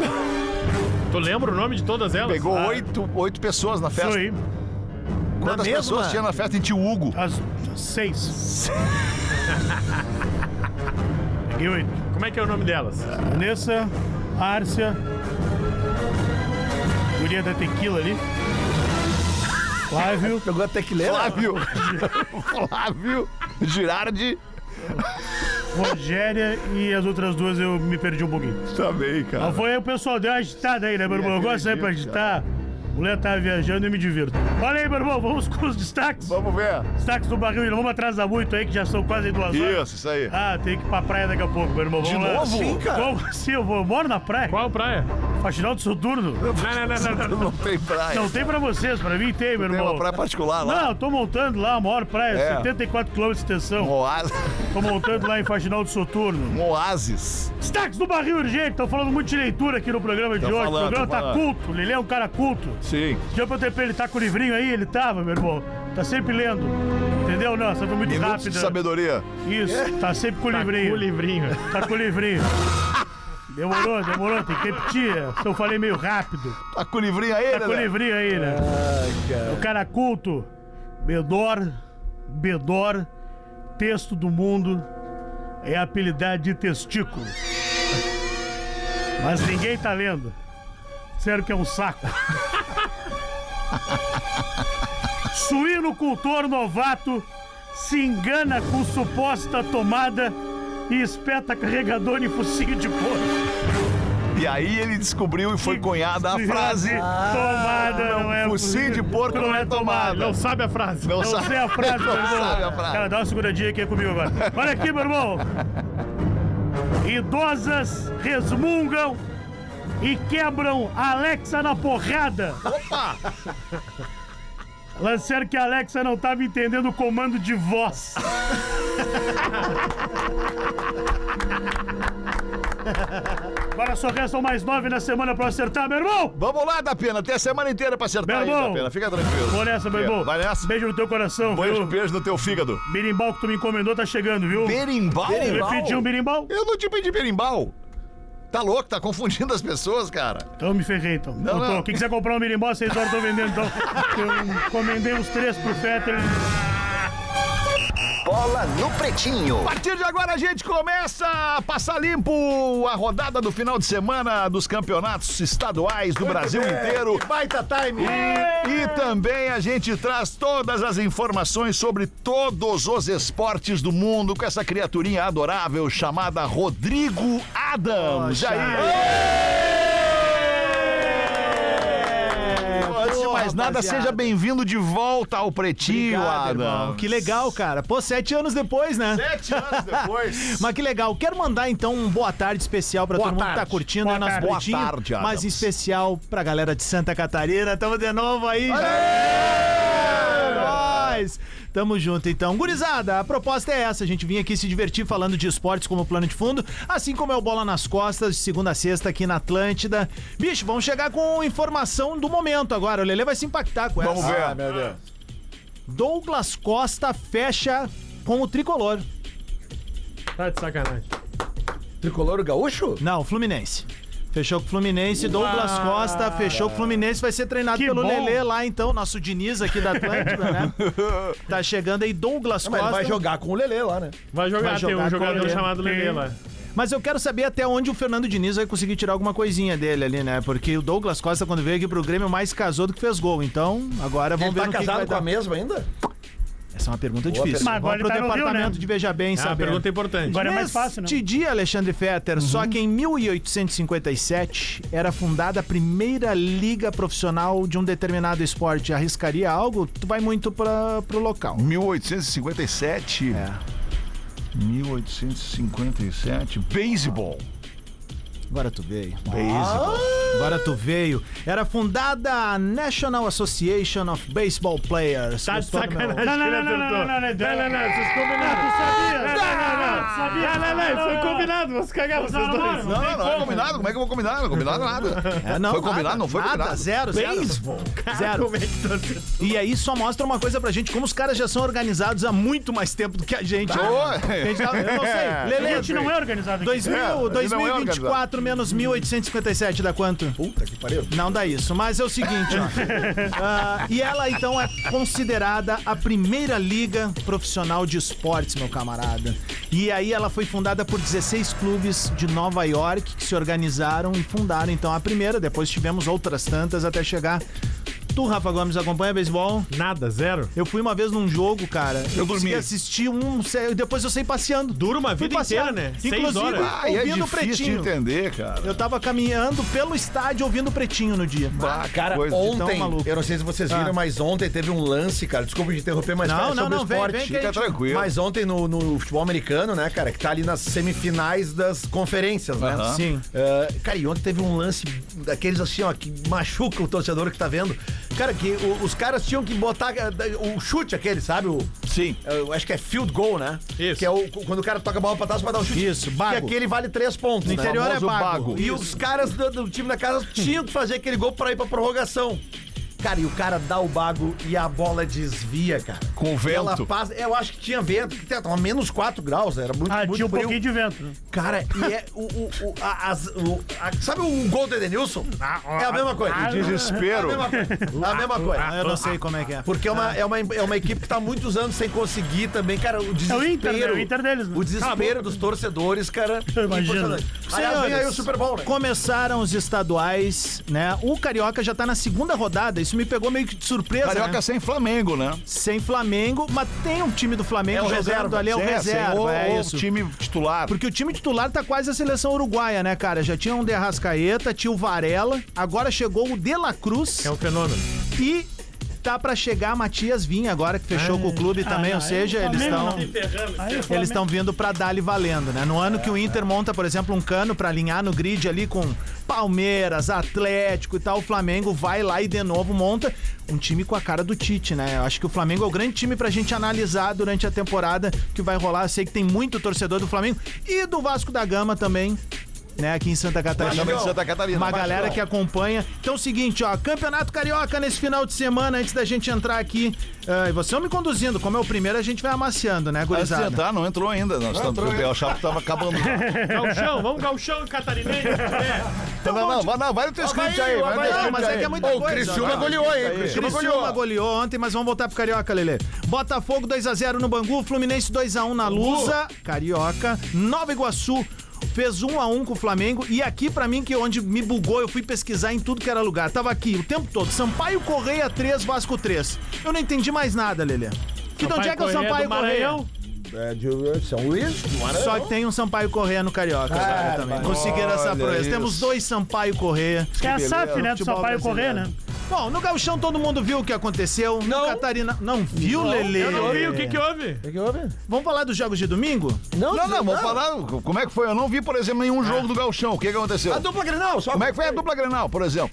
[SPEAKER 8] Tu lembra o nome de todas elas?
[SPEAKER 4] Pegou
[SPEAKER 8] Ah,
[SPEAKER 4] oito, oito pessoas na
[SPEAKER 6] Isso
[SPEAKER 4] festa.
[SPEAKER 6] aí.
[SPEAKER 4] Quantas
[SPEAKER 5] mesma?
[SPEAKER 4] pessoas tinha na festa em Tio Hugo?
[SPEAKER 6] As seis. Peguei oito.
[SPEAKER 8] Como é que é o nome delas?
[SPEAKER 6] Vanessa, Árcia. Guria da tequila ali. Flávio.
[SPEAKER 5] Pegou a tequileira?
[SPEAKER 4] Flávio. Flávio. Girardi.
[SPEAKER 6] Rogéria e as outras duas eu me perdi um pouquinho.
[SPEAKER 4] Também, cara.
[SPEAKER 6] Mas foi aí o pessoal deu uma agitada aí, né, meu irmão? Eu gosto aí pra agitar. Mulher tá viajando e me divirto. Olha aí, meu irmão, vamos com os destaques.
[SPEAKER 4] Vamos ver.
[SPEAKER 6] Destaques do barril, não vamos atrasar muito aí, que já são quase duas horas.
[SPEAKER 4] Isso, isso aí.
[SPEAKER 6] Ah, tem que ir pra praia daqui a pouco, meu irmão.
[SPEAKER 4] De
[SPEAKER 6] Vamos lá.
[SPEAKER 4] novo? Sim,
[SPEAKER 5] cara.
[SPEAKER 6] Como assim? Eu, vou, eu moro na praia.
[SPEAKER 8] Qual praia?
[SPEAKER 6] Faxinal do Soturno.
[SPEAKER 8] Não, não, não, não, não.
[SPEAKER 4] Não tem praia.
[SPEAKER 6] Não tem pra vocês, pra mim tem, meu
[SPEAKER 4] Tem
[SPEAKER 6] irmão.
[SPEAKER 4] uma praia particular lá.
[SPEAKER 6] Não, eu tô montando lá, a maior praia,
[SPEAKER 4] É.
[SPEAKER 6] 74 km de
[SPEAKER 4] Um
[SPEAKER 6] extensão.
[SPEAKER 4] oásis.
[SPEAKER 6] Tô montando lá em Faxinal do Soturno.
[SPEAKER 4] Um oásis.
[SPEAKER 6] Destaques do barril urgente, estão falando muito de leitura aqui no programa de
[SPEAKER 4] Tão
[SPEAKER 6] hoje.
[SPEAKER 4] falando,
[SPEAKER 6] o programa
[SPEAKER 4] tão
[SPEAKER 6] tá
[SPEAKER 4] falando.
[SPEAKER 6] culto, o Lelê é um cara culto.
[SPEAKER 4] Sim.
[SPEAKER 6] Já pra ele tá com o livrinho aí, ele tava, meu irmão. Tá sempre lendo. Entendeu? Não, essa foi muito
[SPEAKER 4] Minutos um de
[SPEAKER 6] rápida.
[SPEAKER 4] sabedoria. É.
[SPEAKER 6] Isso, tá sempre com o livrinho.
[SPEAKER 8] O livrinho.
[SPEAKER 6] Tá com o livrinho. Demorou, demorou, tem que repetir. Se eu falei meio rápido.
[SPEAKER 4] Tá com o livrinho aí,
[SPEAKER 6] Tá com o
[SPEAKER 4] né?
[SPEAKER 6] livrinho aí, né? O cara culto. Bedor, Bedor, texto do mundo, é apelidado de testículo. Mas ninguém tá lendo. Disseram que é um saco. Suíno cultor novato se engana com suposta tomada e espeta carregador em focinho de porco.
[SPEAKER 4] E aí ele descobriu e foi cunhada a frase.
[SPEAKER 6] Ah, tomada não, é
[SPEAKER 4] Focinho de porco não é tomada.
[SPEAKER 8] Não sabe a frase.
[SPEAKER 4] Não
[SPEAKER 6] Não
[SPEAKER 4] sabe.
[SPEAKER 6] sei a frase,
[SPEAKER 4] Não
[SPEAKER 6] meu irmão.
[SPEAKER 4] sabe a frase.
[SPEAKER 6] Cara, dá uma seguradinha aqui comigo agora. Olha aqui, meu irmão. Idosas resmungam e quebram Alexa na porrada. Opa! Lançaram que a Alexa não estava entendendo o comando de voz. Agora só restam mais nove na semana pra eu acertar, meu irmão!
[SPEAKER 4] Vamos lá, da pena. Tem a semana inteira pra acertar
[SPEAKER 6] Meu
[SPEAKER 4] aí, da
[SPEAKER 6] irmão.
[SPEAKER 4] pena. Fica tranquilo.
[SPEAKER 6] Vou nessa, meu irmão.
[SPEAKER 4] Vai nessa.
[SPEAKER 6] Beijo no teu coração,
[SPEAKER 4] Beijo,
[SPEAKER 6] viu?
[SPEAKER 4] beijo no teu fígado.
[SPEAKER 6] Berimbau que tu me encomendou tá chegando, viu?
[SPEAKER 4] Berimbau?
[SPEAKER 6] Ele pediu um berimbau?
[SPEAKER 4] Eu não te pedi berimbau. Tá louco? Tá confundindo as pessoas, cara.
[SPEAKER 6] Então me ferrei, então. Então,
[SPEAKER 4] não.
[SPEAKER 6] Quem quiser comprar um berimbau, às 6 horas eu tô vendendo, então. Eu encomendei uns três pro Fetter.
[SPEAKER 10] Bola no Pretinho.
[SPEAKER 4] A partir de agora a gente começa a passar limpo a rodada do final de semana dos campeonanatos estaduais do Brasil inteiro.
[SPEAKER 5] É, Baita time!
[SPEAKER 4] E, e também a gente traz todas as informações sobre todos os esportes do mundo com essa criaturinha adorável chamada Rodrigo Adams. E aí? Pô, Antes de
[SPEAKER 11] Boa,
[SPEAKER 4] mais nada,
[SPEAKER 11] rapaziada.
[SPEAKER 4] seja bem-vindo de volta ao Pretinho,
[SPEAKER 11] Obrigado, irmão.
[SPEAKER 4] Adams.
[SPEAKER 11] Que legal, cara. Pô, sete anos depois, né?
[SPEAKER 4] Sete anos depois.
[SPEAKER 11] Mas que legal. Quero mandar então um boa tarde especial pra
[SPEAKER 4] Boa
[SPEAKER 11] todo mundo que tá
[SPEAKER 4] tarde.
[SPEAKER 11] curtindo
[SPEAKER 4] Boa
[SPEAKER 11] aí nosso
[SPEAKER 4] tarde.
[SPEAKER 11] boletim,
[SPEAKER 4] Boa tarde, Adams.
[SPEAKER 11] mas especial pra galera de Santa Catarina. Tamo de novo aí. Nós. Tamo junto então. Gurizada, a proposta é essa: a gente vinha aqui se divertir falando de esportes como plano de fundo, assim como é o Bola nas Costas, de segunda a sexta aqui na Atlântida. Bicho, vamos chegar com informação do momento agora. O Lelê vai se impactar com essa.
[SPEAKER 4] Vamos ver.
[SPEAKER 5] Ah,
[SPEAKER 11] Douglas Costa fecha com o tricolor.
[SPEAKER 8] Tá de sacanagem.
[SPEAKER 5] Tricolor gaúcho?
[SPEAKER 11] Não, Fluminense. Fechou com o Fluminense, Douglas Costa fechou com o Fluminense, vai ser treinado
[SPEAKER 6] Ah. Que
[SPEAKER 11] pelo
[SPEAKER 6] bom.
[SPEAKER 11] Lelê lá então, nosso Diniz aqui da Atlântida, né? Tá chegando aí Douglas
[SPEAKER 5] Não, mas
[SPEAKER 11] Costa.
[SPEAKER 5] ele vai jogar com o Lelê lá, né?
[SPEAKER 8] Vai jogar,
[SPEAKER 11] Vai
[SPEAKER 8] tem
[SPEAKER 11] jogar
[SPEAKER 8] um
[SPEAKER 11] com o
[SPEAKER 8] jogador
[SPEAKER 11] Lelê.
[SPEAKER 8] chamado Lelê lá.
[SPEAKER 11] Mas eu quero saber até onde o Fernando Diniz vai conseguir tirar alguma coisinha dele ali, né? Porque o Douglas Costa quando veio aqui pro Grêmio mais casou do que fez gol. Então, agora vamos
[SPEAKER 5] Ele
[SPEAKER 11] ver
[SPEAKER 5] tá
[SPEAKER 11] no que que vai
[SPEAKER 5] casado com
[SPEAKER 11] dar.
[SPEAKER 5] a mesma ainda?
[SPEAKER 11] Essa é uma pergunta difícil.
[SPEAKER 6] pergunta. Mas agora
[SPEAKER 11] vamos
[SPEAKER 6] ele tá
[SPEAKER 11] pro
[SPEAKER 6] no Rio,
[SPEAKER 11] departamento
[SPEAKER 6] né?
[SPEAKER 11] de Veja
[SPEAKER 5] Ah,
[SPEAKER 11] Bem,
[SPEAKER 8] É uma
[SPEAKER 11] saber.
[SPEAKER 8] pergunta importante.
[SPEAKER 6] Agora é mais fácil, né? Uhum.
[SPEAKER 11] Neste dia, Alexandre Fetter, só que em 1857 era fundada a primeira liga profissional de um determinado esporte. Arriscaria algo? Tu vai muito para pro local.
[SPEAKER 4] 1857.
[SPEAKER 11] É.
[SPEAKER 4] 1857. Beisebol.
[SPEAKER 11] Agora tu veio. Ah!
[SPEAKER 4] Beisebol.
[SPEAKER 11] Agora tu veio. Era fundada a National Association of Baseball Players.
[SPEAKER 8] Tá de
[SPEAKER 11] Gostou do meu-
[SPEAKER 8] sacanagem.
[SPEAKER 6] Não, não,
[SPEAKER 8] que ele
[SPEAKER 6] não, não, não,
[SPEAKER 8] acertou.
[SPEAKER 6] não, não, não, não, não, não, vocês combinaram.
[SPEAKER 8] Ah, Não, não, não, isso foi combinado, vamos cagar vocês dois.
[SPEAKER 4] Não, não, não é combinado. Como é que eu vou combinar? Não combinado nada.
[SPEAKER 11] É, não,
[SPEAKER 4] foi
[SPEAKER 11] nada,
[SPEAKER 4] combinado, não foi
[SPEAKER 11] nada,
[SPEAKER 4] combinado.
[SPEAKER 11] Zero, zero.
[SPEAKER 4] Beisebol.
[SPEAKER 11] Zero.
[SPEAKER 8] Como é que tá acertando?
[SPEAKER 11] E aí só mostra uma coisa pra gente, como os caras já são organizados há muito mais tempo do que a gente. né?
[SPEAKER 4] Oi.
[SPEAKER 11] A gente tá- eu não sei. Lelê,
[SPEAKER 6] A gente não é organizado aqui.
[SPEAKER 11] 2000,
[SPEAKER 4] É, ele
[SPEAKER 11] 2024 menos 1857 dá quanto?
[SPEAKER 5] Puta que pariu.
[SPEAKER 11] Não dá isso, mas é o seguinte, ó. Ah, e ela então é considerada a primeira liga profissional de esportes, meu camarada. E aí ela foi fundada por 16 clubes de Nova York que se organizaram e fundaram então a primeira, depois tivemos outras tantas até chegar. Tu, Rafa Gomes, acompanha beisebol?
[SPEAKER 8] Nada, zero.
[SPEAKER 11] Eu fui uma vez num jogo, cara. Eu,
[SPEAKER 4] dormi.
[SPEAKER 11] assistir um, se- depois eu saí passeando.
[SPEAKER 8] Dura uma
[SPEAKER 11] Fui
[SPEAKER 8] vida inteira,
[SPEAKER 11] passear.
[SPEAKER 8] né? Seis
[SPEAKER 11] Inclusive,
[SPEAKER 8] horas.
[SPEAKER 4] Ah, e é
[SPEAKER 11] ouvindo
[SPEAKER 4] difícil
[SPEAKER 11] o Pretinho.
[SPEAKER 4] de entender, cara.
[SPEAKER 11] Eu tava caminhando pelo estádio ouvindo o Pretinho no dia.
[SPEAKER 4] Bah,
[SPEAKER 5] Cara,
[SPEAKER 4] Ah, coisa de-
[SPEAKER 5] ontem,
[SPEAKER 11] maluco.
[SPEAKER 5] eu não sei se vocês viram,
[SPEAKER 11] Ah.
[SPEAKER 5] mas ontem teve um lance, cara. Desculpa te interromper, mas
[SPEAKER 11] Não,
[SPEAKER 5] cara, é
[SPEAKER 11] não,
[SPEAKER 5] sobre
[SPEAKER 11] não, vem,
[SPEAKER 5] esporte.
[SPEAKER 11] vem que
[SPEAKER 4] Fica tranquilo.
[SPEAKER 5] Mas ontem no, no futebol americano, né, cara, que tá ali nas semifinais das conferências, né?
[SPEAKER 4] Aham.
[SPEAKER 11] Sim.
[SPEAKER 5] Ah, cara, e ontem teve um lance daqueles assim, ó, que machuca o torcedor que tá vendo. Cara, que o- os caras tinham que botar eh, o chute aquele, sabe? O,
[SPEAKER 4] Sim.
[SPEAKER 5] eu acho que é field goal, né?
[SPEAKER 8] Isso.
[SPEAKER 5] Que é o, quando o cara toca a bola pra trás pra dar o chute.
[SPEAKER 11] Isso, bago.
[SPEAKER 5] Que aquele vale três pontos.
[SPEAKER 11] No
[SPEAKER 5] né?
[SPEAKER 11] interior é
[SPEAKER 4] famoso
[SPEAKER 11] pago.
[SPEAKER 4] bago.
[SPEAKER 5] E os caras do, do time da casa tinham que fazer aquele gol pra ir pra prorrogação. Cara, e o cara dá o bago e a bola desvia, cara.
[SPEAKER 4] Com o vento.
[SPEAKER 5] Ela passa, eu acho que tinha vento, que tava menos 4 graus, era muito,
[SPEAKER 6] Ah,
[SPEAKER 5] muito
[SPEAKER 6] tinha um
[SPEAKER 5] frio.
[SPEAKER 6] pouquinho de vento. né?
[SPEAKER 5] Cara, e é o. o, o- a- as- o- a- sabe o gol do Edenilson? É a mesma coisa.
[SPEAKER 4] O desespero.
[SPEAKER 5] É a mesma coisa. É a mesma coisa.
[SPEAKER 11] Eu não sei como é que é.
[SPEAKER 5] Porque é uma, é, uma, é uma equipe que tá muitos anos sem conseguir também, cara. O
[SPEAKER 6] Ah. É
[SPEAKER 5] desespero.
[SPEAKER 6] o Inter, né? O Inter deles, né?
[SPEAKER 5] O desespero dos torcedores, cara.
[SPEAKER 6] Eu imagino.
[SPEAKER 5] impressionante. Aliás, vem aí o Super Bowl, né?
[SPEAKER 11] Começaram os estaduais, né? O Carioca já tá na segunda rodada, isso me pegou meio que de surpresa,
[SPEAKER 4] Carioca
[SPEAKER 11] né?
[SPEAKER 4] sem Flamengo, né?
[SPEAKER 11] Sem Flamengo, mas tem um time do Flamengo
[SPEAKER 5] É o
[SPEAKER 11] jogando
[SPEAKER 5] reserva,
[SPEAKER 11] ali, é o
[SPEAKER 4] sem
[SPEAKER 11] reserva,
[SPEAKER 4] o,
[SPEAKER 11] é
[SPEAKER 4] o
[SPEAKER 11] isso.
[SPEAKER 4] time titular.
[SPEAKER 11] Porque o time titular tá quase a seleção uruguaia, né, cara? Já tinha um Derrascaeta, tinha o Varela, agora chegou o De La Cruz
[SPEAKER 8] É um fenômeno.
[SPEAKER 11] e tá pra chegar Matias Vinha agora, que fechou com o clube também, ou seja, eles estão... Eles estão vindo pra dar-lhe valendo, né? No ano que o Inter monta, por exemplo, um cano pra alinhar no grid ali com Palmeiras, Atlético e tal, o Flamengo vai lá e de novo monta um time com a cara do Tite, né? Eu acho que o Flamengo é o grande time pra gente analisar durante a temporada que vai rolar. Eu sei que tem muito torcedor do Flamengo e do Vasco da Gama também. Né, aqui em Santa Catarina.
[SPEAKER 4] Também de Santa Catarina.
[SPEAKER 11] Uma
[SPEAKER 4] Mas,
[SPEAKER 11] galera
[SPEAKER 4] ó,
[SPEAKER 11] que acompanha. Então é o seguinte, ó, Campeonato Carioca nesse final de semana, antes da gente entrar aqui. ah, e você me conduzindo, como é o primeiro, a gente vai amaciando, né,
[SPEAKER 4] antes de
[SPEAKER 11] gurizada?
[SPEAKER 4] entrar, não entrou ainda. Nós estamos, o Chapo estava acabando.
[SPEAKER 8] Galchão, vamos galchão catarinense. É.
[SPEAKER 4] não, não, não, não, vai no teu script aí. Vai, no teu
[SPEAKER 11] Não,
[SPEAKER 4] script
[SPEAKER 11] mas é
[SPEAKER 4] aí.
[SPEAKER 11] que é muita coisa.
[SPEAKER 5] Criciúma goleou, hein? Criciúma
[SPEAKER 11] Criciúma goleou ontem, mas vamos voltar pro Carioca, Lelê. Botafogo 2x0 no Bangu, Fluminense 2x1 na Lusa, Carioca, Nova Iguaçu fez 1x1 com o Flamengo e aqui pra mim que é onde me bugou, eu fui pesquisar em tudo que era lugar. Tava aqui o tempo todo, Sampaio Correia 3, Vasco 3. Eu não entendi mais nada, Lelê. Que de onde é que é o
[SPEAKER 8] Correia
[SPEAKER 11] Sampaio
[SPEAKER 8] do
[SPEAKER 11] Correia?
[SPEAKER 8] Maranhão?
[SPEAKER 9] É de São Luís?
[SPEAKER 11] Só que tem um Sampaio Correia no Carioca agora também. Conseguiram essa
[SPEAKER 4] olha
[SPEAKER 11] proeza. Temos
[SPEAKER 4] isso.
[SPEAKER 11] dois Sampaio Correia.
[SPEAKER 6] Que é a SAF, né? Do
[SPEAKER 11] Futebol
[SPEAKER 6] Sampaio Correr, né?
[SPEAKER 11] brasileiro. Bom, no Gauchão todo mundo viu o que aconteceu. Não. No Catarina. Não viu, Lele?
[SPEAKER 8] Eu não vi, o que que houve?
[SPEAKER 9] O que houve?
[SPEAKER 11] Vamos falar dos jogos de domingo?
[SPEAKER 4] Não, não, vamos falar como é que foi. Eu não vi, por exemplo, nenhum jogo do Galchão. O que, que aconteceu?
[SPEAKER 5] A dupla Grenal, só.
[SPEAKER 4] Como é que foi a dupla Grenal, por exemplo?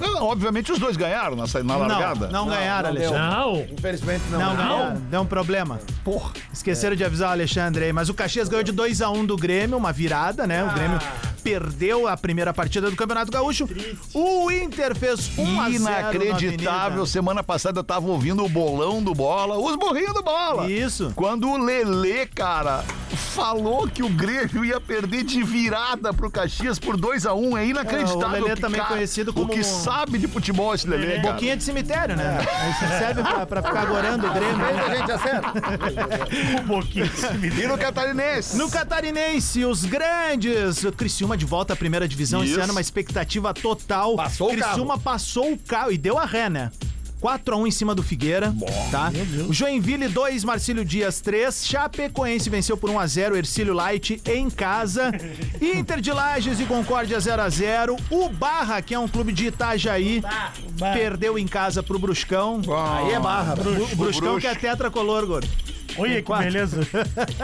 [SPEAKER 4] Ah, Obviamente os dois ganharam na, sa- na largada.
[SPEAKER 11] Não, não, ganharam, Alexandre.
[SPEAKER 8] Não.
[SPEAKER 5] Infelizmente, não.
[SPEAKER 11] Não, ganharam. Deu um problema. Porra. Esqueceram de avisar o Alexandre aí. Mas o Caxias ganhou de 2x1 do Grêmio, uma virada, né?
[SPEAKER 8] Ah.
[SPEAKER 11] O Grêmio perdeu a primeira partida do Campeonato Gaúcho. O Inter fez 1x0.
[SPEAKER 4] Inacreditável. Semana passada eu tava ouvindo o bolão do bola, os burrinhos do bola.
[SPEAKER 11] Isso.
[SPEAKER 4] Quando o Lelê, cara, falou que o Grêmio ia perder de virada pro Caxias por 2x1, é inacreditável.
[SPEAKER 11] É, o Lelê
[SPEAKER 4] que,
[SPEAKER 11] também conhecido como- um
[SPEAKER 4] O que sabe de futebol é esse Lelê, cara.
[SPEAKER 11] Boquinha de cemitério, né? Serve pra, pra ficar agorando o Grêmio. né?
[SPEAKER 5] Gente, é sério.
[SPEAKER 6] Um pouquinho de cemitério.
[SPEAKER 4] E no Catarinense.
[SPEAKER 11] No Catarinense, os grandes. O Criciúma de volta à primeira divisão
[SPEAKER 4] Isso.
[SPEAKER 11] esse ano, uma expectativa total.
[SPEAKER 5] Passou o
[SPEAKER 11] Criciúma passou o carro e deu a ré, né? 4x1 em cima do Figueira, tá? O Joinville 2, Marcílio Dias 3, Chapecoense venceu por 1x0, Ercílio Light em casa, Inter de Lages e Concórdia 0x0, o Barra, que é um clube de Itajaí, perdeu em casa pro Bruscão,
[SPEAKER 5] Aí é barra.
[SPEAKER 11] o Bruscão
[SPEAKER 4] Bruxo.
[SPEAKER 11] que é tetracolor, gordo.
[SPEAKER 6] Olha que beleza.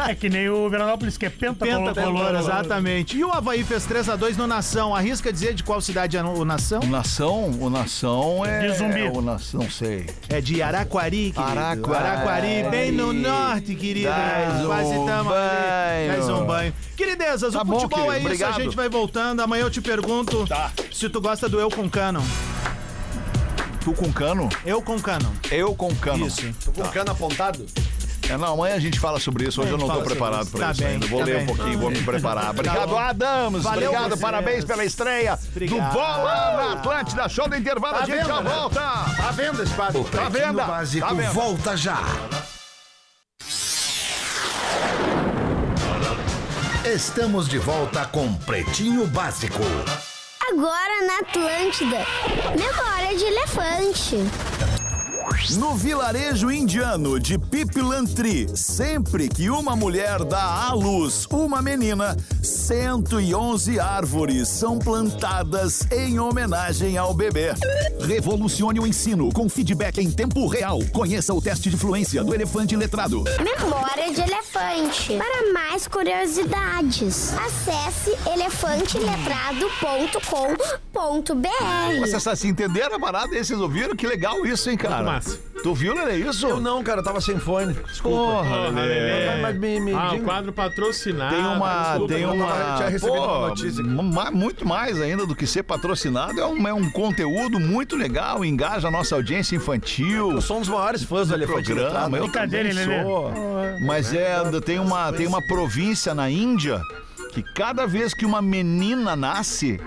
[SPEAKER 6] É que nem o Veranópolis, que é pentacolor.
[SPEAKER 11] Pentacolor, exatamente. E o Havaí fez 3x2 no Nação. Arrisca dizer de qual cidade é o Nação?
[SPEAKER 4] O Nação, o Nação é.
[SPEAKER 6] De zumbi.
[SPEAKER 4] O Nação, não sei.
[SPEAKER 11] É de Araquari, querido.
[SPEAKER 4] Araquari.
[SPEAKER 11] Araquari, bem no norte, querido.
[SPEAKER 4] Dá-lhe
[SPEAKER 11] Quase
[SPEAKER 4] um
[SPEAKER 11] tamo ali.
[SPEAKER 4] banho.
[SPEAKER 11] Dá-lhe um banho. Queridezas,
[SPEAKER 4] Tá
[SPEAKER 11] o
[SPEAKER 4] bom,
[SPEAKER 11] futebol
[SPEAKER 4] querido,
[SPEAKER 11] é isso. A
[SPEAKER 4] obrigado.
[SPEAKER 11] gente vai voltando. Amanhã eu te pergunto se tu gosta do Eu com Canon.
[SPEAKER 4] Tu com cano?
[SPEAKER 11] Eu com Canon.
[SPEAKER 4] Eu com cano.
[SPEAKER 11] Isso.
[SPEAKER 5] Tô com o cano apontado.
[SPEAKER 4] É, não, amanhã a gente fala sobre isso. Hoje eu não tô
[SPEAKER 11] fala sobre
[SPEAKER 4] preparado
[SPEAKER 11] isso.
[SPEAKER 4] pra
[SPEAKER 11] Tá
[SPEAKER 4] isso
[SPEAKER 11] bem,
[SPEAKER 4] ainda. Vou
[SPEAKER 11] tá
[SPEAKER 4] ler
[SPEAKER 11] bem. Tá
[SPEAKER 4] um pouquinho, vou me preparar. Obrigado,
[SPEAKER 11] bom.
[SPEAKER 4] Adams.
[SPEAKER 11] Valeu,
[SPEAKER 4] Obrigado,
[SPEAKER 11] vocês.
[SPEAKER 4] parabéns pela estreia
[SPEAKER 11] Obrigado. Tá
[SPEAKER 4] do Bola na Atlântida. Show do intervalo, a gente já
[SPEAKER 5] vendo, né?
[SPEAKER 4] volta.
[SPEAKER 5] Tá vendo esse padre?
[SPEAKER 10] O Pretinho
[SPEAKER 4] venda,
[SPEAKER 10] Básico
[SPEAKER 4] tá venda.
[SPEAKER 10] volta já. Estamos de volta com Pretinho Básico.
[SPEAKER 12] Agora na Atlântida. Memória de elefante.
[SPEAKER 2] No vilarejo indiano de Pipilantri, sempre que uma mulher dá à luz uma menina, 111 árvores são plantadas em homenagem ao bebê. Revolucione o ensino com feedback em tempo real. Conheça o teste de fluência do elefante letrado.
[SPEAKER 12] Memória de elefante. Para mais curiosidades, acesse elefanteletrado.com.br.
[SPEAKER 4] Vocês se entenderam a parada? Esses ouviram? Que legal isso, hein, cara?
[SPEAKER 8] Massa.
[SPEAKER 4] Tu viu, Lelê, isso?
[SPEAKER 5] Eu não, cara, eu tava sem fone. Desculpa.
[SPEAKER 4] Porra, Lelê.
[SPEAKER 5] É. Mas- mas me- me
[SPEAKER 8] ah,
[SPEAKER 5] diga-
[SPEAKER 8] o quadro patrocinado.
[SPEAKER 4] Tem uma.
[SPEAKER 8] Ah, Desculpa,
[SPEAKER 4] tem
[SPEAKER 8] eu
[SPEAKER 4] uma
[SPEAKER 8] tava- eu tinha recebido
[SPEAKER 4] pô,
[SPEAKER 8] uma
[SPEAKER 4] ma- muito mais ainda do que ser patrocinado. É um, é um conteúdo muito legal, engaja a nossa audiência infantil. Eu
[SPEAKER 5] sou um dos maiores fãs do Elefante
[SPEAKER 4] programa.
[SPEAKER 5] Letrado.
[SPEAKER 4] Eu
[SPEAKER 5] Brincadeira,
[SPEAKER 4] também
[SPEAKER 5] hein, Lelê?
[SPEAKER 4] sou. Mas é, tem uma, tem uma província na Índia que cada vez que uma menina nasce.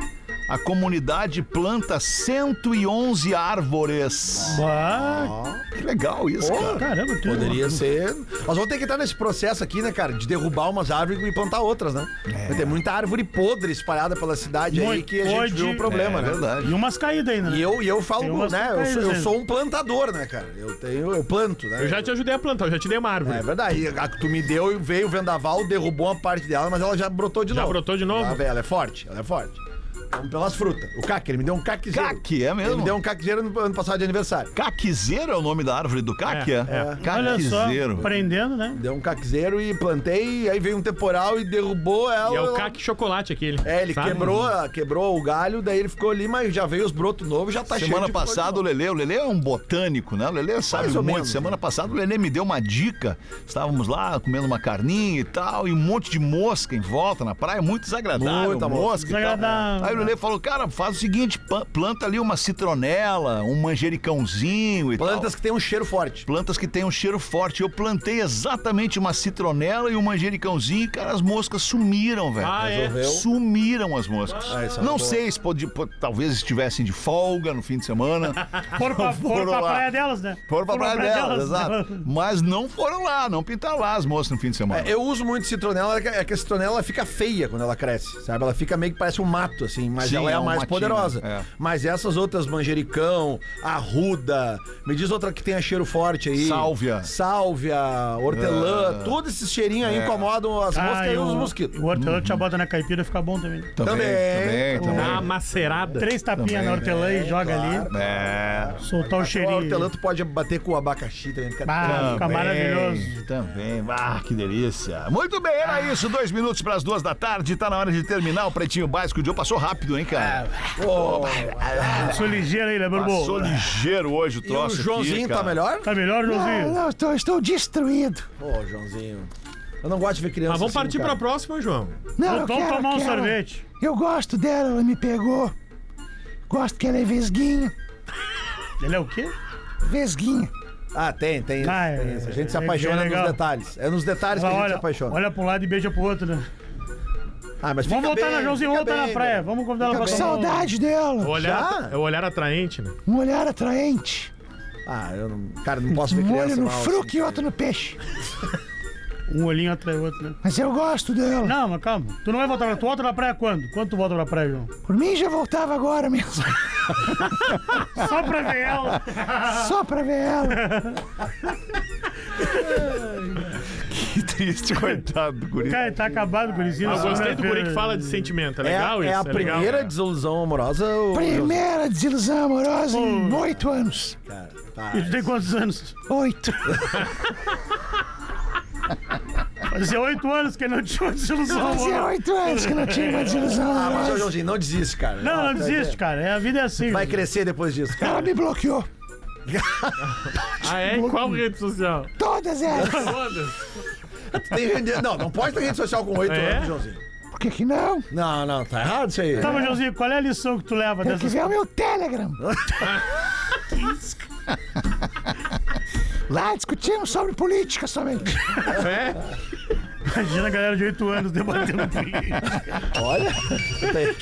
[SPEAKER 4] A comunidade planta 111 árvores.
[SPEAKER 6] Ah.
[SPEAKER 4] Que legal isso,
[SPEAKER 5] Pô,
[SPEAKER 4] cara.
[SPEAKER 5] caramba, que Poderia ser. Nós vamos ter que entrar nesse processo aqui, né, cara? De derrubar umas árvores e plantar outras, né?
[SPEAKER 8] É.
[SPEAKER 5] Vai ter muita árvore podre espalhada pela cidade aí
[SPEAKER 6] Muito
[SPEAKER 5] que a gente viu o problema,
[SPEAKER 6] É,
[SPEAKER 5] né?
[SPEAKER 6] E umas caídas ainda, né?
[SPEAKER 5] E eu, e eu falo,
[SPEAKER 6] Tem umas
[SPEAKER 5] né? Eu sou, eu
[SPEAKER 6] caídas
[SPEAKER 5] sou
[SPEAKER 6] ainda.
[SPEAKER 5] um plantador, né, cara? Eu tenho, eu planto, né?
[SPEAKER 8] Eu já te ajudei a plantar, eu já te dei uma árvore.
[SPEAKER 5] É verdade. A que tu me deu e veio o vendaval, derrubou uma parte dela, mas ela já brotou de
[SPEAKER 8] Já
[SPEAKER 5] novo.
[SPEAKER 8] brotou de novo?
[SPEAKER 5] Ah, velho, ela é forte, ela é forte. Vamos pelas frutas. O caque, ele me deu um caquezeiro.
[SPEAKER 4] Caque, é mesmo?
[SPEAKER 5] Ele me deu um caquezeiro no ano passado de aniversário.
[SPEAKER 4] Caquizeiro é o nome da árvore do caque? É. Caquizeiro.
[SPEAKER 5] prendendo, né? Deu um caquezeiro e plantei, e aí veio um temporal e derrubou ela.
[SPEAKER 8] E é o caque chocolate aquele.
[SPEAKER 5] É, ele
[SPEAKER 8] sabe?
[SPEAKER 5] quebrou, quebrou o galho, daí ele ficou ali, mas já veio os brotos novos, já tá cheio
[SPEAKER 4] Semana
[SPEAKER 5] de
[SPEAKER 4] passada o Lelê, o Lelê é um botânico, né? O Lelê sabe
[SPEAKER 5] ou
[SPEAKER 4] muito.
[SPEAKER 5] menos,
[SPEAKER 4] Semana passada o Lelê me deu uma dica. Estávamos lá comendo uma carninha e tal, e um monte de mosca em volta na praia, muito desagradável.
[SPEAKER 6] Muita mosca.
[SPEAKER 4] mosca. e tal.
[SPEAKER 6] Desagradável.
[SPEAKER 4] Aí o Lelê falou: cara, faz o seguinte, pa- planta ali uma citronela, um manjericãozinho e tal.
[SPEAKER 5] Plantas que tem um cheiro forte.
[SPEAKER 4] Plantas que tem um cheiro forte. Eu plantei exatamente uma citronela e um manjericãozinho, e, cara, as moscas sumiram, velho.
[SPEAKER 8] Ah, é? Resolveu.
[SPEAKER 4] Sumiram as moscas.
[SPEAKER 8] isso é
[SPEAKER 4] Não
[SPEAKER 8] uma boa.
[SPEAKER 4] sei se pode, pô, talvez estivessem de folga no fim de semana.
[SPEAKER 6] Foram pra, foram pra
[SPEAKER 4] lá.
[SPEAKER 6] praia delas, né?
[SPEAKER 4] Foram pra praia delas, exato.
[SPEAKER 6] né?
[SPEAKER 4] Mas não foram lá, não pintaram lá as moças no fim de semana.
[SPEAKER 5] É, eu uso muito citronela, é que- é que a citronela ela fica feia quando ela cresce, sabe? Ela fica meio que parece um mato, assim, mas
[SPEAKER 4] Sim,
[SPEAKER 5] ela é a
[SPEAKER 4] é um
[SPEAKER 5] mais
[SPEAKER 4] matinho,
[SPEAKER 5] poderosa.
[SPEAKER 4] é.
[SPEAKER 5] Mas essas outras, manjericão, arruda, me diz outra que tenha cheiro forte aí.
[SPEAKER 4] Sálvia. Ah.
[SPEAKER 5] Sálvia, hortelã,
[SPEAKER 6] É.
[SPEAKER 5] todos esses cheirinhos aí
[SPEAKER 6] É.
[SPEAKER 5] incomodam as moscas
[SPEAKER 6] Ah,
[SPEAKER 5] e
[SPEAKER 6] eu-
[SPEAKER 5] os mosquitos.
[SPEAKER 6] O hortelã que já bota na caipira fica bom também.
[SPEAKER 5] Também,
[SPEAKER 6] também. Tá
[SPEAKER 8] Dá uma macerada.
[SPEAKER 6] Três tapinhas na hortelã
[SPEAKER 5] né?
[SPEAKER 6] e joga ali.
[SPEAKER 4] É.
[SPEAKER 6] Soltar o
[SPEAKER 5] O
[SPEAKER 6] cheirinho.
[SPEAKER 5] Tá hortelã tu pode bater com o abacaxi também. fica-
[SPEAKER 6] Ah,
[SPEAKER 4] Tá
[SPEAKER 6] fica maravilhoso.
[SPEAKER 4] Também. Ah, que delícia. Muito bem, era isso. Dois minutos para as duas da tarde. Tá na hora de terminar o Pretinho Básico. O dia passou rápido, hein, cara?
[SPEAKER 6] Sou ligeiro aí, né,
[SPEAKER 4] Ah,
[SPEAKER 6] meu irmão?
[SPEAKER 4] Passou ligeiro hoje o troço aqui, cara.
[SPEAKER 6] Tá melhor,
[SPEAKER 2] Não,
[SPEAKER 6] Joãozinho?
[SPEAKER 2] não, estou, estou destruído.
[SPEAKER 5] Ô, Joãozinho. Eu não gosto de ver criança.
[SPEAKER 8] Mas vamos
[SPEAKER 5] assim,
[SPEAKER 8] partir
[SPEAKER 5] cara.
[SPEAKER 8] pra próxima, João.
[SPEAKER 2] Não, eu
[SPEAKER 6] Vamos
[SPEAKER 2] quero-
[SPEAKER 6] tomar um
[SPEAKER 2] quero-
[SPEAKER 6] sorvete.
[SPEAKER 2] Eu gosto dela, ela me pegou. Gosto que ela é vesguinha.
[SPEAKER 6] Ele é o quê?
[SPEAKER 2] Vesguinha.
[SPEAKER 5] Ah, tem, tem. isso,
[SPEAKER 6] Ah,
[SPEAKER 5] tem
[SPEAKER 6] é,
[SPEAKER 5] isso. A gente se
[SPEAKER 6] é bem
[SPEAKER 5] apaixona nos
[SPEAKER 6] legal.
[SPEAKER 5] detalhes. É nos detalhes
[SPEAKER 6] Ela
[SPEAKER 5] que a gente
[SPEAKER 6] olha,
[SPEAKER 5] se apaixona.
[SPEAKER 6] Olha pra um lado e beija pro outro, né?
[SPEAKER 5] Ah, mas
[SPEAKER 6] Vamos
[SPEAKER 5] fica
[SPEAKER 6] voltar
[SPEAKER 5] bem,
[SPEAKER 6] na Joãozinho,
[SPEAKER 5] fica
[SPEAKER 6] vamos voltar
[SPEAKER 5] bem, né?
[SPEAKER 6] na praia.
[SPEAKER 5] velho.
[SPEAKER 6] Vamos convidar ela
[SPEAKER 2] Fica
[SPEAKER 6] pra
[SPEAKER 2] com
[SPEAKER 6] tomar um-
[SPEAKER 2] saudade dela.
[SPEAKER 8] O olhar, é o olhar atraente, né?
[SPEAKER 2] Um olhar atraente.
[SPEAKER 5] Ah, eu não. Cara, não posso ver
[SPEAKER 2] Um
[SPEAKER 5] criança
[SPEAKER 2] olho no
[SPEAKER 5] mal,
[SPEAKER 2] fruque
[SPEAKER 5] assim.
[SPEAKER 2] e outro no peixe.
[SPEAKER 6] Um olhinho atrás do outro, né?
[SPEAKER 2] Mas eu gosto dela.
[SPEAKER 6] Não, mas calma. Tu não vai voltar pra Tu volta pra praia quando? Quando tu volta pra praia, João?
[SPEAKER 2] Por mim já voltava agora mesmo.
[SPEAKER 6] Só pra ver ela.
[SPEAKER 2] Só pra ver ela.
[SPEAKER 4] Que triste, coitado do guri.
[SPEAKER 6] Cara, tá acabado, gurizinho.
[SPEAKER 8] Eu gostei do guri
[SPEAKER 6] Segunda-feira.
[SPEAKER 8] que fala de sentimento.
[SPEAKER 5] É,
[SPEAKER 8] É legal
[SPEAKER 5] é
[SPEAKER 8] isso?
[SPEAKER 5] a primeira
[SPEAKER 8] legal? né?
[SPEAKER 5] desilusão amorosa. ô,
[SPEAKER 2] Primeira desilusão amorosa em oito anos.
[SPEAKER 5] Joãozinho. Tá.
[SPEAKER 6] E tu tem quantos anos?
[SPEAKER 2] Oito.
[SPEAKER 6] Fazia oito anos que não tinha uma desilusão.
[SPEAKER 2] Fazia
[SPEAKER 6] amor.
[SPEAKER 2] oito anos que não tinha uma desilusão
[SPEAKER 5] Ah, mas ô,
[SPEAKER 2] amorosa.
[SPEAKER 5] Joãozinho, não desiste, cara.
[SPEAKER 6] Não, não desiste, cara. É, A vida é assim.
[SPEAKER 5] Vai
[SPEAKER 6] João.
[SPEAKER 5] crescer depois disso, cara.
[SPEAKER 2] Ela me bloqueou.
[SPEAKER 8] Ah, é? Em Qual rede social?
[SPEAKER 2] Todas elas.
[SPEAKER 8] Foda-se.
[SPEAKER 5] Tem rede- Não, não pode ter rede social com oito
[SPEAKER 8] É?
[SPEAKER 5] anos, Joãozinho.
[SPEAKER 2] Por que que não?
[SPEAKER 5] Não, não, tá errado isso aí.
[SPEAKER 6] Tá, mas Joãozinho, qual é a lição que tu leva
[SPEAKER 2] Tem que
[SPEAKER 6] dessas
[SPEAKER 4] é
[SPEAKER 2] ver o meu Telegram. Lá discutimos sobre política somente.
[SPEAKER 8] É?
[SPEAKER 6] Imagina a galera de 8 anos debatendo política.
[SPEAKER 5] Olha.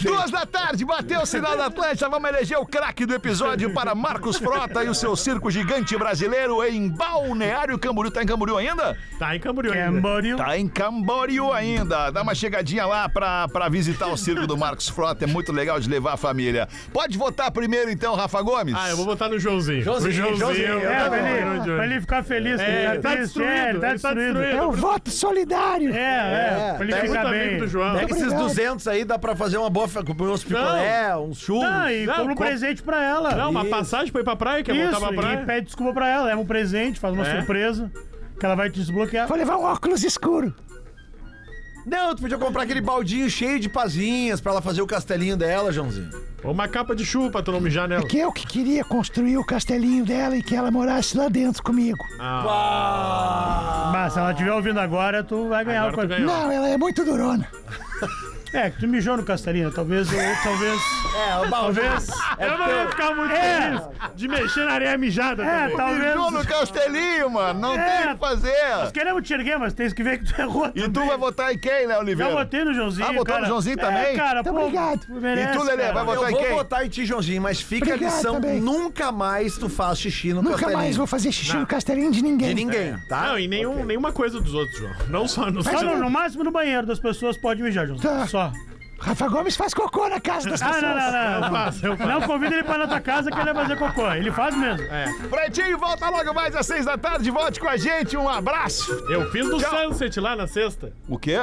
[SPEAKER 4] Duas da tarde, bateu o sinal da Atlântica. Vamos eleger o craque do episódio para Marcos Frota e o seu circo gigante brasileiro em Balneário Camboriú. Tá em Camboriú ainda?
[SPEAKER 8] Tá em Camboriú
[SPEAKER 6] É
[SPEAKER 8] ainda.
[SPEAKER 6] Camboriú.
[SPEAKER 4] Tá em Camboriú ainda. Dá uma chegadinha lá pra, pra visitar o circo do Marcos Frota. É muito legal de levar a família. Pode votar primeiro, então, Rafa Gomes?
[SPEAKER 8] Ah, eu vou botar no Joãozinho.
[SPEAKER 5] Joãozinho,
[SPEAKER 8] Pro
[SPEAKER 5] Joãozinho, eu
[SPEAKER 6] É, pra
[SPEAKER 8] tá Joãozinho.
[SPEAKER 6] ele, pra ele ficar feliz. que
[SPEAKER 8] É,
[SPEAKER 6] ele
[SPEAKER 8] ele tá
[SPEAKER 6] triste, é, ele
[SPEAKER 8] destruído,
[SPEAKER 6] tá
[SPEAKER 8] ele tá
[SPEAKER 6] destruído.
[SPEAKER 8] destruído.
[SPEAKER 2] É o voto solidário.
[SPEAKER 6] É, é, pra ele
[SPEAKER 8] Tá muito
[SPEAKER 6] ficar
[SPEAKER 8] amigo
[SPEAKER 6] bem.
[SPEAKER 8] do João.
[SPEAKER 5] Pega É esses
[SPEAKER 2] Obrigado.
[SPEAKER 5] 200 aí, dá pra fazer uma boa. fe- Comer uns picolé, uns churros.
[SPEAKER 6] Tá, e
[SPEAKER 8] Não,
[SPEAKER 6] compra um
[SPEAKER 8] compra-
[SPEAKER 6] presente pra ela.
[SPEAKER 8] Não, uma
[SPEAKER 5] Isso.
[SPEAKER 8] passagem pra ir pra praia, quer
[SPEAKER 6] Isso,
[SPEAKER 8] voltar pra praia?
[SPEAKER 6] e pede desculpa pra ela. É um presente, faz uma
[SPEAKER 8] É.
[SPEAKER 6] surpresa. Que ela vai te desbloquear.
[SPEAKER 2] Vou levar um óculos escuro.
[SPEAKER 5] Não, tu podia comprar aquele baldinho cheio de pazinhas pra ela fazer o castelinho dela, Joãozinho.
[SPEAKER 8] Uma capa de chuva pra tu não mijar nela.
[SPEAKER 2] Que eu que queria construir o castelinho dela e que ela morasse lá dentro comigo.
[SPEAKER 6] Mas se ela estiver ouvindo agora, tu vai ganhar o quarto.
[SPEAKER 2] Não, ela é muito durona.
[SPEAKER 6] É, que tu mijou no Castelina, talvez eu, talvez.
[SPEAKER 5] É, o balde.
[SPEAKER 6] Talvez.
[SPEAKER 5] É
[SPEAKER 6] eu não ia ficar muito feliz
[SPEAKER 8] de mexer na areia mijada.
[SPEAKER 6] É,
[SPEAKER 8] também.
[SPEAKER 6] talvez. É,
[SPEAKER 4] Mijou no Castelinho, mano. Não tem o que fazer.
[SPEAKER 6] Nós queremos te erguer, mas tem que ver que tu errou.
[SPEAKER 4] E tu vai votar em quem, Léo Oliveira?
[SPEAKER 6] Eu botei no Joãozinho.
[SPEAKER 4] Ah, botou
[SPEAKER 6] cara.
[SPEAKER 4] no Joãozinho
[SPEAKER 6] É,
[SPEAKER 4] também?
[SPEAKER 6] cara,
[SPEAKER 2] Tá
[SPEAKER 6] pô,
[SPEAKER 2] obrigado.
[SPEAKER 6] merece,
[SPEAKER 4] E tu, Lelê,
[SPEAKER 6] cara.
[SPEAKER 4] vai votar
[SPEAKER 5] Eu
[SPEAKER 4] em
[SPEAKER 5] vou
[SPEAKER 4] quem?
[SPEAKER 5] votar em ti, Joãozinho, mas fica
[SPEAKER 2] Obrigado
[SPEAKER 5] a lição:
[SPEAKER 2] também.
[SPEAKER 5] nunca mais tu faz xixi no
[SPEAKER 2] Nunca
[SPEAKER 5] castelinho.
[SPEAKER 2] mais vou fazer xixi no castelinho de ninguém. É.
[SPEAKER 5] De ninguém, tá?
[SPEAKER 8] Não, e nenhum, nenhuma coisa dos outros, João. Não só no
[SPEAKER 6] Só Tá no, no máximo no banheiro das pessoas pode mijar, Joãozinho.
[SPEAKER 2] Tá.
[SPEAKER 6] Só.
[SPEAKER 2] Rafa Gomes faz cocô na casa das
[SPEAKER 6] Ah,
[SPEAKER 2] pessoas.
[SPEAKER 6] não, não, não.
[SPEAKER 8] Eu faço, eu faço.
[SPEAKER 6] Não convida ele pra ir na tua casa que ele vai fazer cocô. Ele faz mesmo.
[SPEAKER 8] É.
[SPEAKER 4] Pretinho, volta logo mais às seis da tarde. Volte com a gente. Um abraço.
[SPEAKER 8] Eu fiz no Sunset lá na sexta.
[SPEAKER 4] O quê?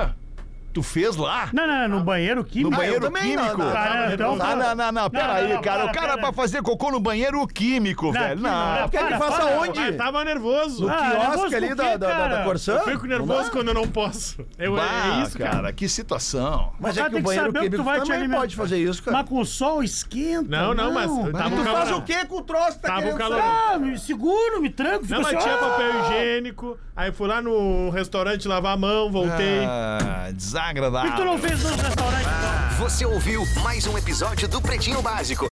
[SPEAKER 4] Tu fez lá?
[SPEAKER 6] Não, não, não. No banheiro
[SPEAKER 4] No
[SPEAKER 6] químico.
[SPEAKER 4] banheiro
[SPEAKER 5] também
[SPEAKER 4] químico?
[SPEAKER 5] não, não,
[SPEAKER 6] Cara, então.
[SPEAKER 4] Ah, não, não, não,
[SPEAKER 6] Não,
[SPEAKER 4] peraí,
[SPEAKER 6] não, não,
[SPEAKER 4] cara.
[SPEAKER 6] para,
[SPEAKER 4] o cara é pra
[SPEAKER 6] para.
[SPEAKER 4] fazer cocô no banheiro químico, velho.
[SPEAKER 6] aqui
[SPEAKER 4] Não,
[SPEAKER 6] não,
[SPEAKER 4] não,
[SPEAKER 6] é.
[SPEAKER 5] Quer que
[SPEAKER 6] Para,
[SPEAKER 5] faça
[SPEAKER 6] para,
[SPEAKER 5] onde?
[SPEAKER 8] Eu tava nervoso.
[SPEAKER 6] Ah, nervoso
[SPEAKER 5] Quiosque
[SPEAKER 6] por
[SPEAKER 5] ali da,
[SPEAKER 6] quê,
[SPEAKER 5] da, da, da
[SPEAKER 6] cara?
[SPEAKER 5] Corsã?
[SPEAKER 8] Eu fico nervoso quando eu não posso. Eu, é isso, cara.
[SPEAKER 4] Que situação.
[SPEAKER 5] Mas
[SPEAKER 6] Cara,
[SPEAKER 5] é que o
[SPEAKER 6] tem que
[SPEAKER 5] banheiro
[SPEAKER 6] saber o que tu
[SPEAKER 5] químico
[SPEAKER 6] vai te
[SPEAKER 5] também
[SPEAKER 6] alimentar.
[SPEAKER 5] pode fazer isso, cara.
[SPEAKER 6] Mas com o sol esquenta.
[SPEAKER 8] Não, não, mas tava
[SPEAKER 5] Tu
[SPEAKER 8] um
[SPEAKER 5] faz o
[SPEAKER 8] calor.
[SPEAKER 5] quê com o troço que tá
[SPEAKER 8] Tava um
[SPEAKER 5] querendo
[SPEAKER 8] calor.
[SPEAKER 5] sair?
[SPEAKER 6] Ah, me seguro, me tranco. fico
[SPEAKER 8] Não, mas
[SPEAKER 6] assim,
[SPEAKER 8] tinha
[SPEAKER 6] ah!
[SPEAKER 8] papel higiênico. Aí fui lá no restaurante lavar a mão, voltei.
[SPEAKER 4] Ah,
[SPEAKER 6] Por que tu
[SPEAKER 4] desagradável.
[SPEAKER 6] não fez no restaurante?
[SPEAKER 13] Você ouviu mais um episódio do Pretinho Básico.